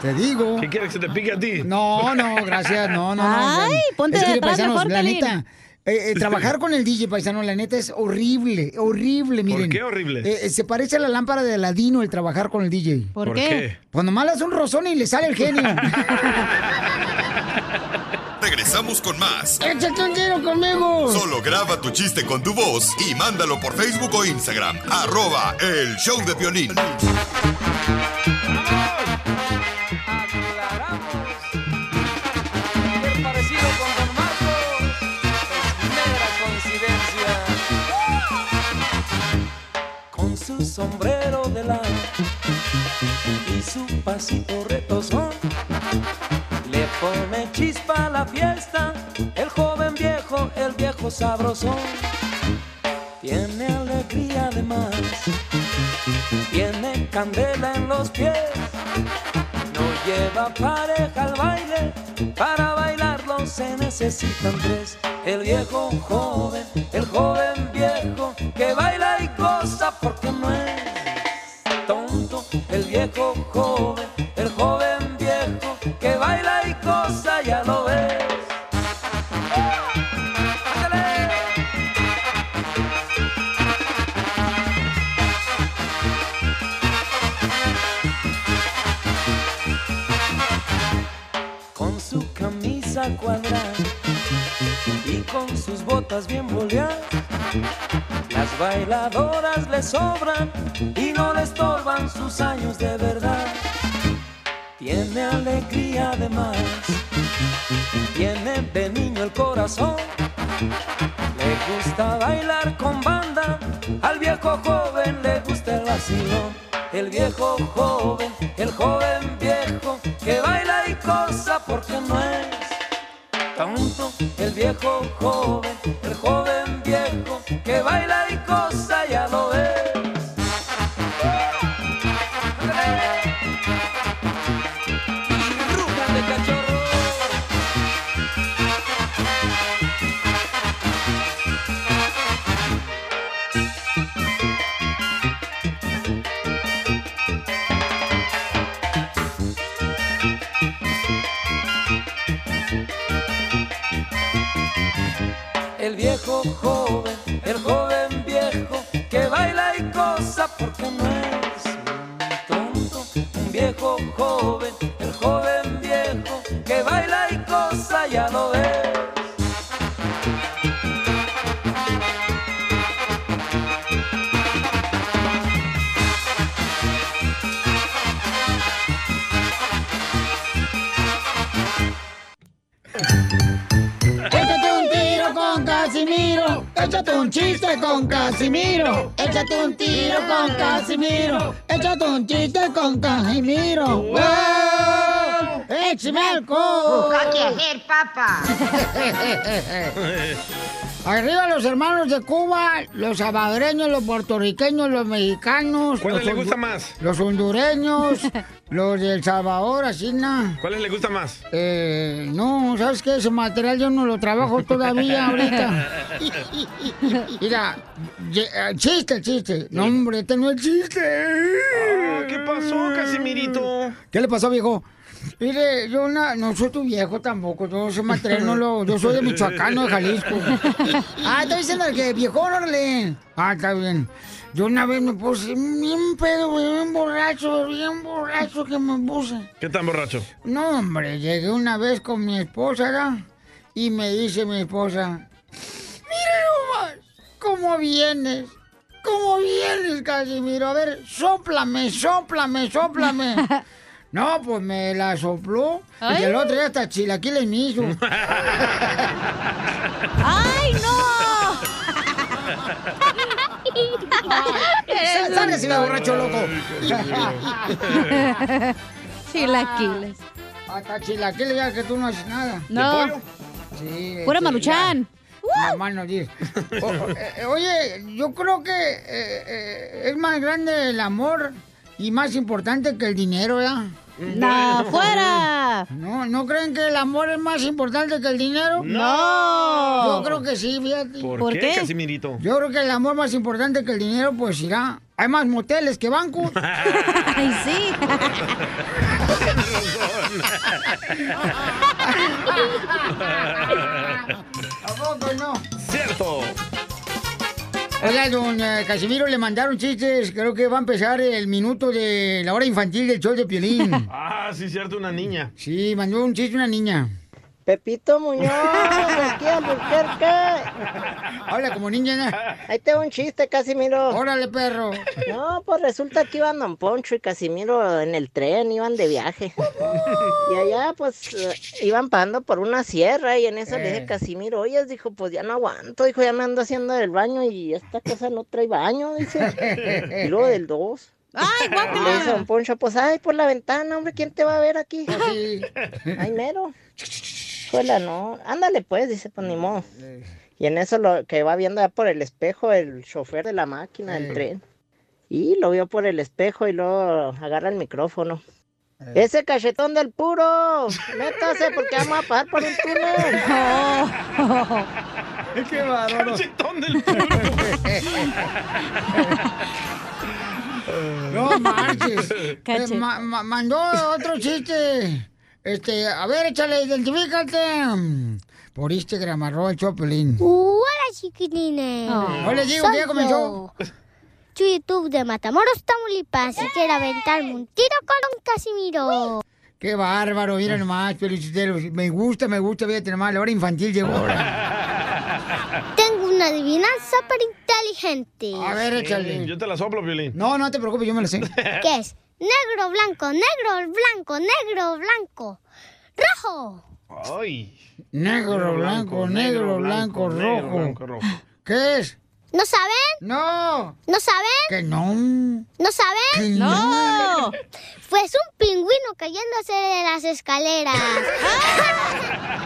Te digo. ¿Qué quieres que se te pique a ti? No, no, gracias, no, no, no. Ay, ponte es que, detrás paisanos, mejor, la Pelín. neta, eh, eh, trabajar con el DJ paisano, la neta es horrible, horrible, miren. qué horrible? Eh, eh, se parece a la lámpara de Aladino el trabajar con el DJ. ¿Por ¿Por qué? qué? Pues nomás le hace un rozón y le sale el *laughs* genio. Regresamos con más. ¡Échate un tiro conmigo! Solo graba tu chiste con tu voz y mándalo por Facebook o Instagram. Arroba el show de violín. Con su sombrero de lado y su pasito retozón, le pone chispa a la fiesta el joven viejo, el viejo sabrosón. Tiene alegría además, tiene candela en los pies, no lleva pareja al baile, para bailarlo se necesitan tres. El viejo joven, el joven viejo, que baila y goza porque no es tonto. El viejo joven, el joven viejo, que baila y goza, ya lo ves. con su camisa cuadrada y con sus botas bien boleadas. Las bailadoras le sobran y no le estorban sus años de verdad. Tiene alegría además, tiene de niño el corazón. Le gusta bailar con banda, al viejo joven le gusta el vacilón. El viejo joven, el joven viejo, que baila y cosa porque no es tonto. El viejo joven, el joven viejo, que baila y cosa ya lo ves. Rújale, cachorro. El viejo joven, el joven viejo, que baila y goza porque no es un tonto. Un viejo joven, el joven viejo, que baila y goza, ya lo ves. Échate un chiste con Casimiro. Échate un tiro con Casimiro. Échate un chiste con Casimiro. ¡Wow! ¡Échame alcohol! ¿Qué hacer, papá? *laughs* Arriba los hermanos de Cuba, los salvadoreños, los puertorriqueños, los mexicanos. *laughs* ¿Cuáles los le gusta hondu- más? Los *laughs* hondureños, los de El Salvador, así na. ¿Cuáles le gusta más? Eh, no, ¿sabes qué? Ese material yo no lo trabajo todavía *laughs* ahorita. *laughs* Mira, ye- eh, chiste, chiste. No, hombre, este no es chiste. Ah, ¿Qué pasó, Casimirito? ¿Qué le pasó, viejo? Mire, yo na- no soy tu viejo tampoco, yo soy material, no lo, yo soy de Michoacán, no de *laughs* Jalisco. Ah, está diciendo que viejo, órale. Ah, está bien. Yo una vez me puse bien pedo, güey, bien borracho, bien borracho que me puse. ¿Qué tan borracho? No, hombre, llegué una vez con mi esposa, ¿verdad? Y me dice mi esposa, mira nomás, ¿cómo vienes? ¿Cómo vienes, Casimiro? A ver, sóplame, *laughs* sóplame, sóplame. No, pues me la sopló y Ay. el otro día hasta chilaquiles me hizo. ¡Ay, no! Sa- Sálgase, un borracho loco. *laughs* Chilaquiles. Ah, Hasta chilaquiles ya que tú no haces nada. No. ¿De pollo? Sí. Pura sí, maruchan. ya. Nada más no digas. O- o- eh, oye, yo creo que eh, eh, es más grande el amor y más importante que el dinero, ¿verdad? ¡Nah, fuera! No, ¿no creen que el amor es más importante que el dinero? No. Yo creo que sí, fíjate. ¿Por, qué, Casimirito? Yo creo que el amor más importante que el dinero, pues irá. Hay más moteles que bancos. *laughs* Ay, sí. ¿A poco no? Cierto. *laughs* Oiga, don eh, Casimiro le mandaron chistes. Creo que va a empezar el minuto de la hora infantil del show de *laughs* Piolín. Ah, sí, cierto, una niña. Sí, mandó un chiste una niña. Pepito Muñoz, *laughs* aquí a buscar Habla como niña. Ahí tengo un chiste, Casimiro. Órale, perro. No, pues resulta que iban Don Poncho y Casimiro en el tren, iban de viaje. Y allá, pues, eh, iban pasando por una sierra y en eso le Eh. dije, Casimiro, oye, dijo, pues ya no aguanto, dijo, ya me ando haciendo del baño y esta cosa no trae baño, dice. Y luego del dos. Ay, guapo. Le dice Don Poncho, pues, ay, por la ventana, hombre, ¿quién te va a ver aquí? Pues Ay, mero. Hola, no. Ándale, pues, dice, pues, ni modo. Y en eso lo que va viendo ya por el espejo el chofer de la máquina del Sí. tren. Y lo vio por el espejo y luego agarra el micrófono. Ese cachetón del puro, métase porque vamos a pasar por un túnel. ¡Qué bárbaro! ¡Cachetón del puro! *laughs* No manches. Eh, ma- ma- mandó otro chiste. Este, a ver, échale, identifícate. Por Instagram, arroba el Choplin. *laughs* Hola, chiquitines. No le digo que ya comenzó. Soy yo, Soy YouTube de Matamoros, Tamaulipas. Y quiero aventarme un tiro con Don Casimiro. Qué bárbaro, mira Ah. nomás, feliciteros. Me gusta, me gusta, fíjate nomás, la hora infantil llegó. Tengo una adivinanza para inteligente. A ver, Mm, Yo te la soplo, Violín. No, no te preocupes, yo me lo *laughs* sé. ¿Qué es? Negro, blanco, negro, blanco, negro, blanco. Rojo. Ay. Negro, blanco, negro, blanco, negro, rojo. blanco, rojo. ¿Qué es? ¿No saben? No. ¿No saben? Que no. ¿No saben? No. Pues un pingüino cayéndose de las escaleras. *laughs*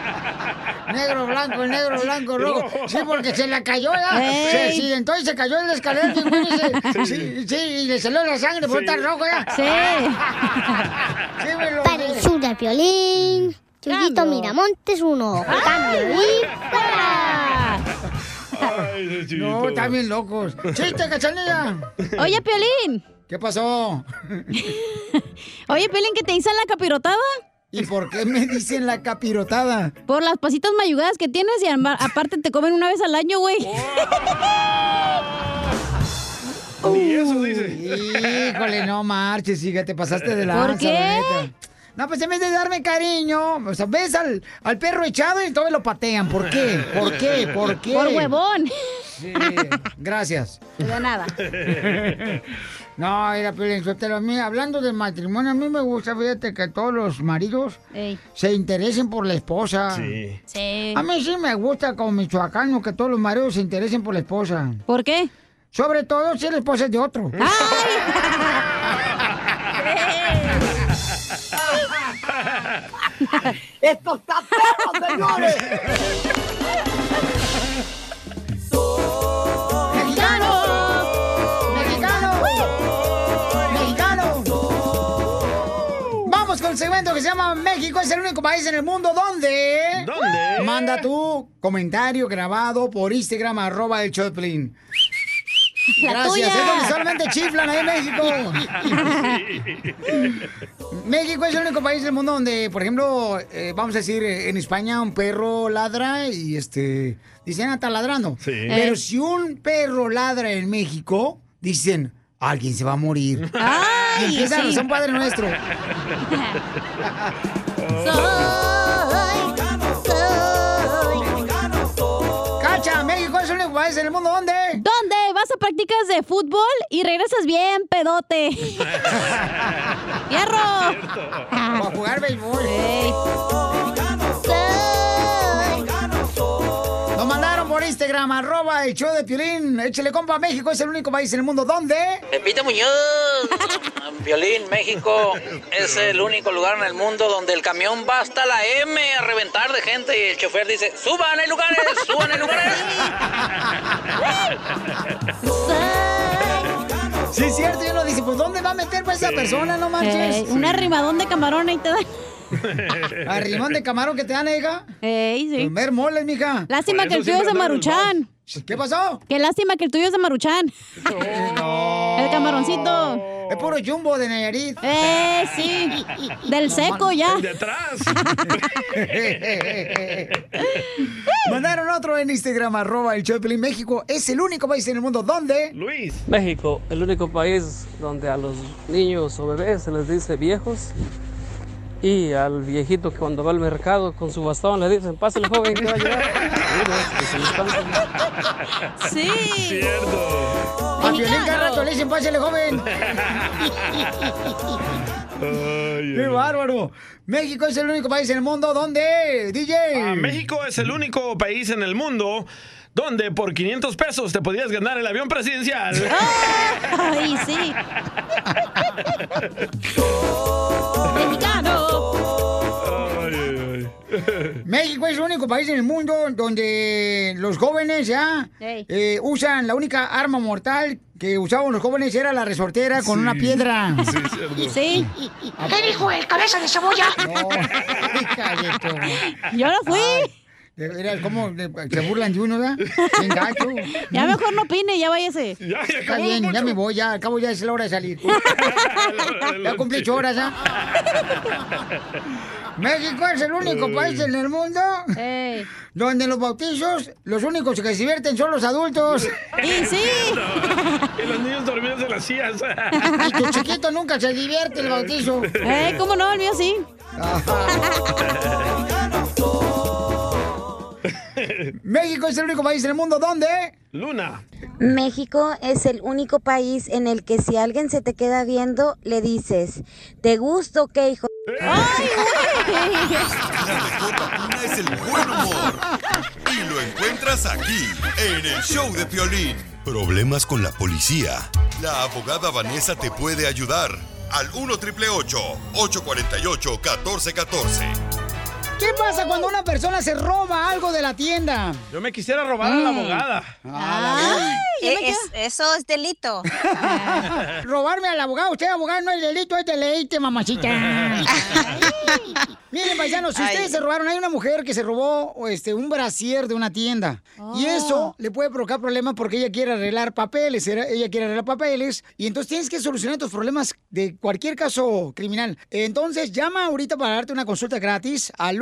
Negro, blanco, negro, blanco, rojo. Sí, porque se la cayó, ¿ya? Ey. Sí, sí, entonces se cayó en la escalera, el pingüino, y se- sí, sí, y le salió la sangre por Sí. estar rojo, ¿ya? Sí. Sí, me lo Para el sur del violín. Chuyito Miramontes uno. Cambio y No, están bien locos. ¡Chiste, cachanilla! Oye, Piolín. ¿Qué pasó? Oye, Piolín, ¿que te dicen la capirotada? ¿Y por qué me dicen la capirotada? Por las pasitas mayugadas que tienes y ama- aparte te comen una vez al año, güey. Ni eso dice. Híjole, no marches, hija, te pasaste de la ¿Por qué? No, pues en vez de darme cariño, o sea, ves al, al perro echado y todo lo patean. ¿Por qué? ¿Por qué? ¿Por *laughs* qué? Por huevón. Gracias. De nada. No, era Piolín, a mí, hablando del matrimonio, a mí me gusta, fíjate, que todos los maridos se interesen por la esposa. Sí. Sí. A mí sí me gusta como michoacano que todos los maridos se interesen por la esposa. ¿Por qué? Sobre todo si la esposa es de otro. Eh. ¡Esto está perro, señores! ¡Mexicano! ¡Mexicano! ¡Mexicano! Vamos con el segmento que se llama México es el único país en el mundo donde... ¿Dónde? Manda tu comentario grabado por Instagram, arroba el Choplin. La Gracias, tuya. es donde solamente chiflan ahí en *laughs* México. México es el único país del mundo donde, por ejemplo, eh, vamos a decir, eh, en España un perro ladra y este dicen, ah, está ladrando. Pero Eh. si un perro ladra en México, dicen, alguien se va a morir. ¡Ay, Y empiezan, sí! son padre *laughs* nuestro. *laughs* ¡Cacha! México es el único país en el mundo donde. ¿Dónde? Vas a prácticas de fútbol y regresas bien, pedote. ¡Hierro! *laughs* Para jugar béisbol. Nos mandaron por Instagram, arroba el show de Piolín. Échale compa, México es el único país en el mundo donde... Pepito Muñoz, Violín, México es el único lugar en el mundo donde el camión va hasta la M a reventar de gente y el chofer dice, suban hay lugares, suban *laughs* hay lugares. Sí, es cierto, y uno dice, pues ¿dónde va a meter pues, esa persona, no manches? Ey, un arrimadón de camarón ahí te da. *laughs* Arrimón de camarón que te dan, hija. Ey, sí. Comer moles, mija. Pues, Lástima que el tuyo es de Maruchan. ¿Qué pasó? Qué lástima que el tuyo es de Maruchan. El camaroncito. Oh. Es puro jumbo de Nayarit. Eh, *laughs* sí. Del seco ya. Mandaron otro en Instagram, arroba el show de Piolín. México es el único país en el mundo donde... Luis. México, el único país donde a los niños o bebés se les dice viejos. Y al viejito que cuando va al mercado con su bastón le dicen, pásale joven que va a llegar. Sí. Cierto. A Piolín cada rato le dicen, pásale, joven. ¡Qué bárbaro! México es el único país en el mundo donde, DJ. Ah, México es el único país en el mundo donde por 500 pesos te podías ganar el avión presidencial. Ay, sí. México es el único país en el mundo donde los jóvenes ya Ey. eh, usan la única arma mortal que usaban los jóvenes era la resortera con una piedra. Sí, sí. ¿Qué dijo el cabeza de cebolla? No, Yo no fui. Mira cómo le- se burlan de uno, *laughs* ¿verdad? Bien gacho. Ya mejor no opine, ya váyase. Está bien, ya me voy, ya, al cabo ya es la hora de salir. *laughs* ya cumplí ocho horas, ¿ya? México es el único Ay. país en el mundo donde los bautizos, los únicos que se divierten son los adultos. *laughs* y los niños dormidos en las sillas. *laughs* Y tu chiquito nunca se divierte el bautizo. Eh, ¿cómo no? El mío sí. *laughs* México es el único país en el mundo donde... Luna. México es el único país en el que si alguien se te queda viendo, le dices, ¿te gusto qué *laughs* hijo? La mejor vacuna es el buen humor. Y lo encuentras aquí, en el show de Piolín. Problemas con la policía. La abogada Vanessa te puede ayudar. Al 1 triple 848 1414. ¿Qué pasa cuando una persona se roba algo de la tienda? Yo me quisiera robar a la Mm. abogada. Eh, es- eso es delito. Robarme al abogado, usted abogado no es delito, es deleite, mamacita. Ay. Miren, paisanos, si Ay. ustedes se robaron, hay una mujer que se robó o este, un brasier de una tienda. Y eso le puede provocar problemas porque ella quiere arreglar papeles, era- ella quiere arreglar papeles. Y entonces tienes que solucionar tus problemas de cualquier caso criminal. Entonces llama ahorita para darte una consulta gratis al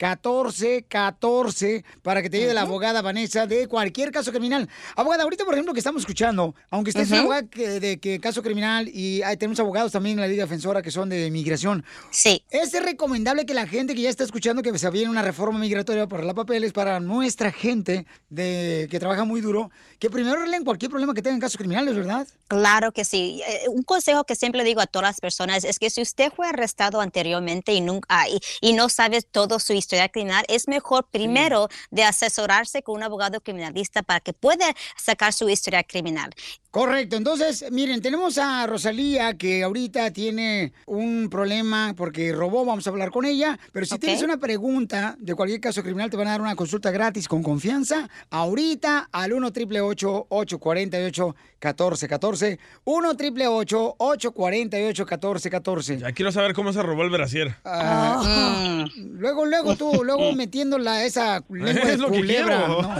1414 para que te ayude la abogada Vanessa de cualquier caso criminal. Abogada, ahorita por ejemplo que estamos escuchando, aunque estés en Ujú. abogada que- de que caso criminal y ahí tenemos abogados también en la Liga Defensora que son de inmigración. Sí. ¿Es recomendable que la gente que ya está escuchando que se viene una reforma migratoria para la papeles para nuestra gente de que trabaja muy duro, que primero arreglen cualquier problema que tengan en casos criminales, verdad? Claro que sí. Eh, Un consejo que siempre digo a todas las personas es que si usted fue arrestado anteriormente y, nunca, ah, y, y no sabe todo su historia criminal, es mejor primero de asesorarse con un abogado criminalista para que pueda sacar su historia criminal. Correcto, entonces, miren, tenemos a Rosalía que ahorita tiene un problema porque robó, vamos a hablar con ella, pero si Ok. tienes una pregunta de cualquier caso criminal, te van a dar una consulta gratis con confianza, ahorita al 1 888 848 1414 1 888 848 1414 Ya quiero saber cómo se robó el brasier. Ah, Luego, luego tú, *laughs* luego metiendo la, esa lengua de Es lo que culebra, quiero. ¿no?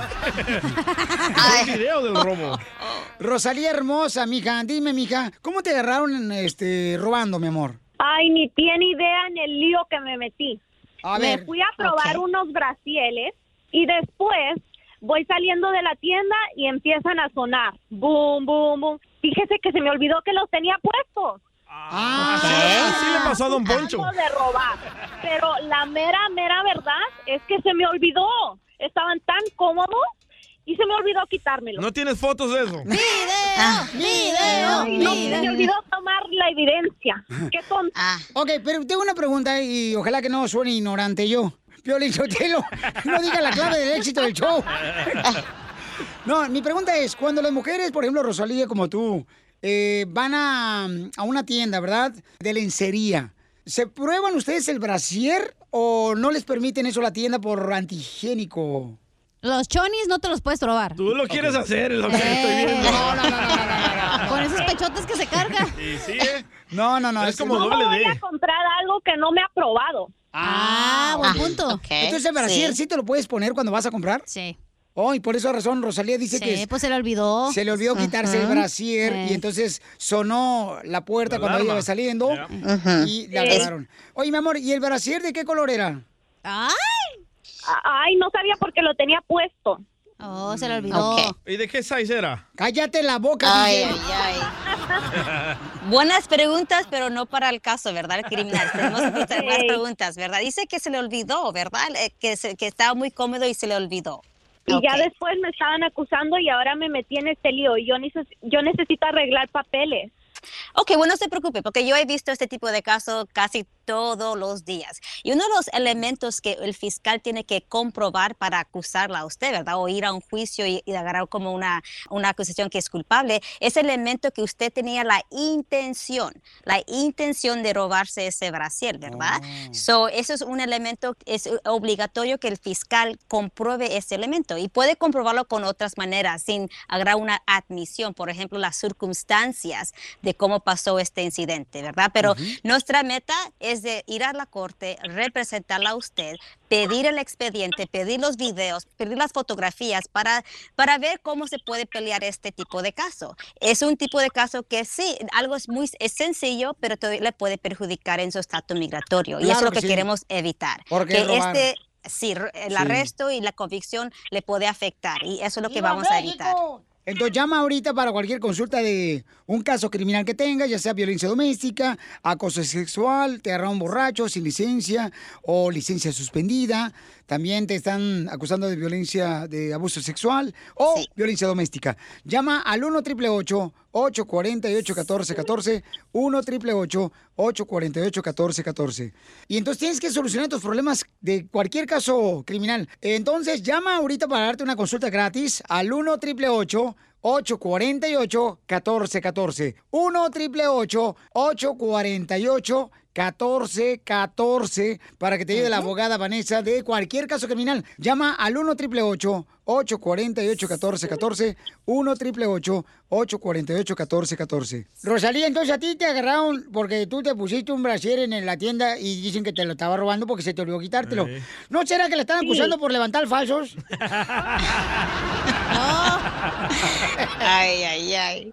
video del robo. Rosalía hermosa, mija, dime, mija, ¿cómo te agarraron este robando, mi amor? Ay, ni tiene idea en el lío que me metí. A me ver, fui a probar unos bracieles y después voy saliendo de la tienda y empiezan a sonar. Boom, boom, boom. Fíjese que se me olvidó que los tenía puestos. Ah, Así le pasó a Don Poncho. Algo de robar. Pero la mera, mera verdad es que se me olvidó. Estaban tan cómodos y se me olvidó quitármelos. ¿No tienes fotos de eso? No, no, se me olvidó tomar la evidencia. ¿Qué son? Ah. Ok, pero tengo una pregunta y ojalá que no suene ignorante yo. Piolín Sotelo, *laughs* no diga la clave del éxito del *laughs* *laughs* show. No, mi pregunta es, cuando las mujeres, por ejemplo, Rosalía como tú, eh, van a, a una tienda, ¿verdad? De lencería, ¿se prueban ustedes el brasier o no les permiten eso la tienda por antihigiénico? Los chonis no te los puedes probar. Tú lo quieres hacer, es lo que estoy viendo. Con esos pechotes que se carga. Y sí, ¿eh? No, no, no. Es como ¿Cómo doble voy D. a comprar algo que no me ha probado? Ah, buen punto. Entonces el brasier sí. te lo puedes poner cuando vas a comprar. Sí. Oh, y por esa razón Rosalía dice Sí, que... pues se le olvidó. Se le olvidó quitarse el Ajá. brasier Sí. y entonces sonó la puerta La cuando ella alarma. iba saliendo Ujú. y la Sí. agarraron. Oye, mi amor, ¿y el brasier de qué color era? ¡Ay! Ay, no sabía porque lo tenía puesto. Oh, se le Mm, olvidó. ¿Y de qué size *laughs* era? Cállate la boca, Ay, DJ. Buenas preguntas, pero no para el caso, ¿verdad? El *laughs* criminal. Tenemos que hacer más preguntas, ¿verdad? Dice que se le olvidó, ¿verdad? Eh, Que, se- que estaba muy cómodo y se le olvidó. Y ya después me estaban acusando y ahora me metí en este lío. Y Yo, neces- yo necesito arreglar papeles. Ok, bueno, no se preocupe, porque yo he visto este tipo de casos casi todos los días. Y uno de los elementos que el fiscal tiene que comprobar para acusarla a usted, ¿verdad? O ir a un juicio y, y agarrar como una, una acusación que es culpable, es el elemento que usted tenía la intención, la intención de robarse ese brasier, ¿verdad? So, eso es un elemento, es obligatorio que el fiscal compruebe ese elemento y puede comprobarlo con otras maneras, sin agarrar una admisión, por ejemplo, las circunstancias de cómo pasó este incidente, ¿verdad? Pero Ujú. nuestra meta es de ir a la corte, representarla a usted, pedir el expediente, pedir los videos, pedir las fotografías para, para ver cómo se puede pelear este tipo de caso. Es un tipo de caso que sí, algo es muy es sencillo, pero todavía le puede perjudicar en su estatus migratorio. y eso Claro es lo que que sí. queremos evitar. Porque que robar. este sí, r- el Sí. arresto y la convicción le puede afectar. Y eso es lo que ¡Viva vamos a evitar. Entonces llama ahorita para cualquier consulta de un caso criminal que tenga, ya sea violencia doméstica, acoso sexual, te agarraron borracho sin licencia o licencia suspendida. También te están acusando de violencia, de abuso sexual o violencia doméstica. Llama al 1 888 848 1414 1 888 848 1414 Y entonces pues tienes que solucionar tus problemas de cualquier caso criminal. Entonces llama ahorita para darte una consulta gratis al 1 888 848 1414 1 888 848 1414 para que te ayude la abogada Vanessa de cualquier caso criminal. Llama al 1 888 848 1414 1 888 848 1414 Rosalía, entonces a ti te agarraron porque tú te pusiste un brasier en la tienda y dicen que te lo estaba robando porque se te olvidó quitártelo. Sí. ¿No será que le están Sí. acusando por levantar falsos? ay, ay, ay.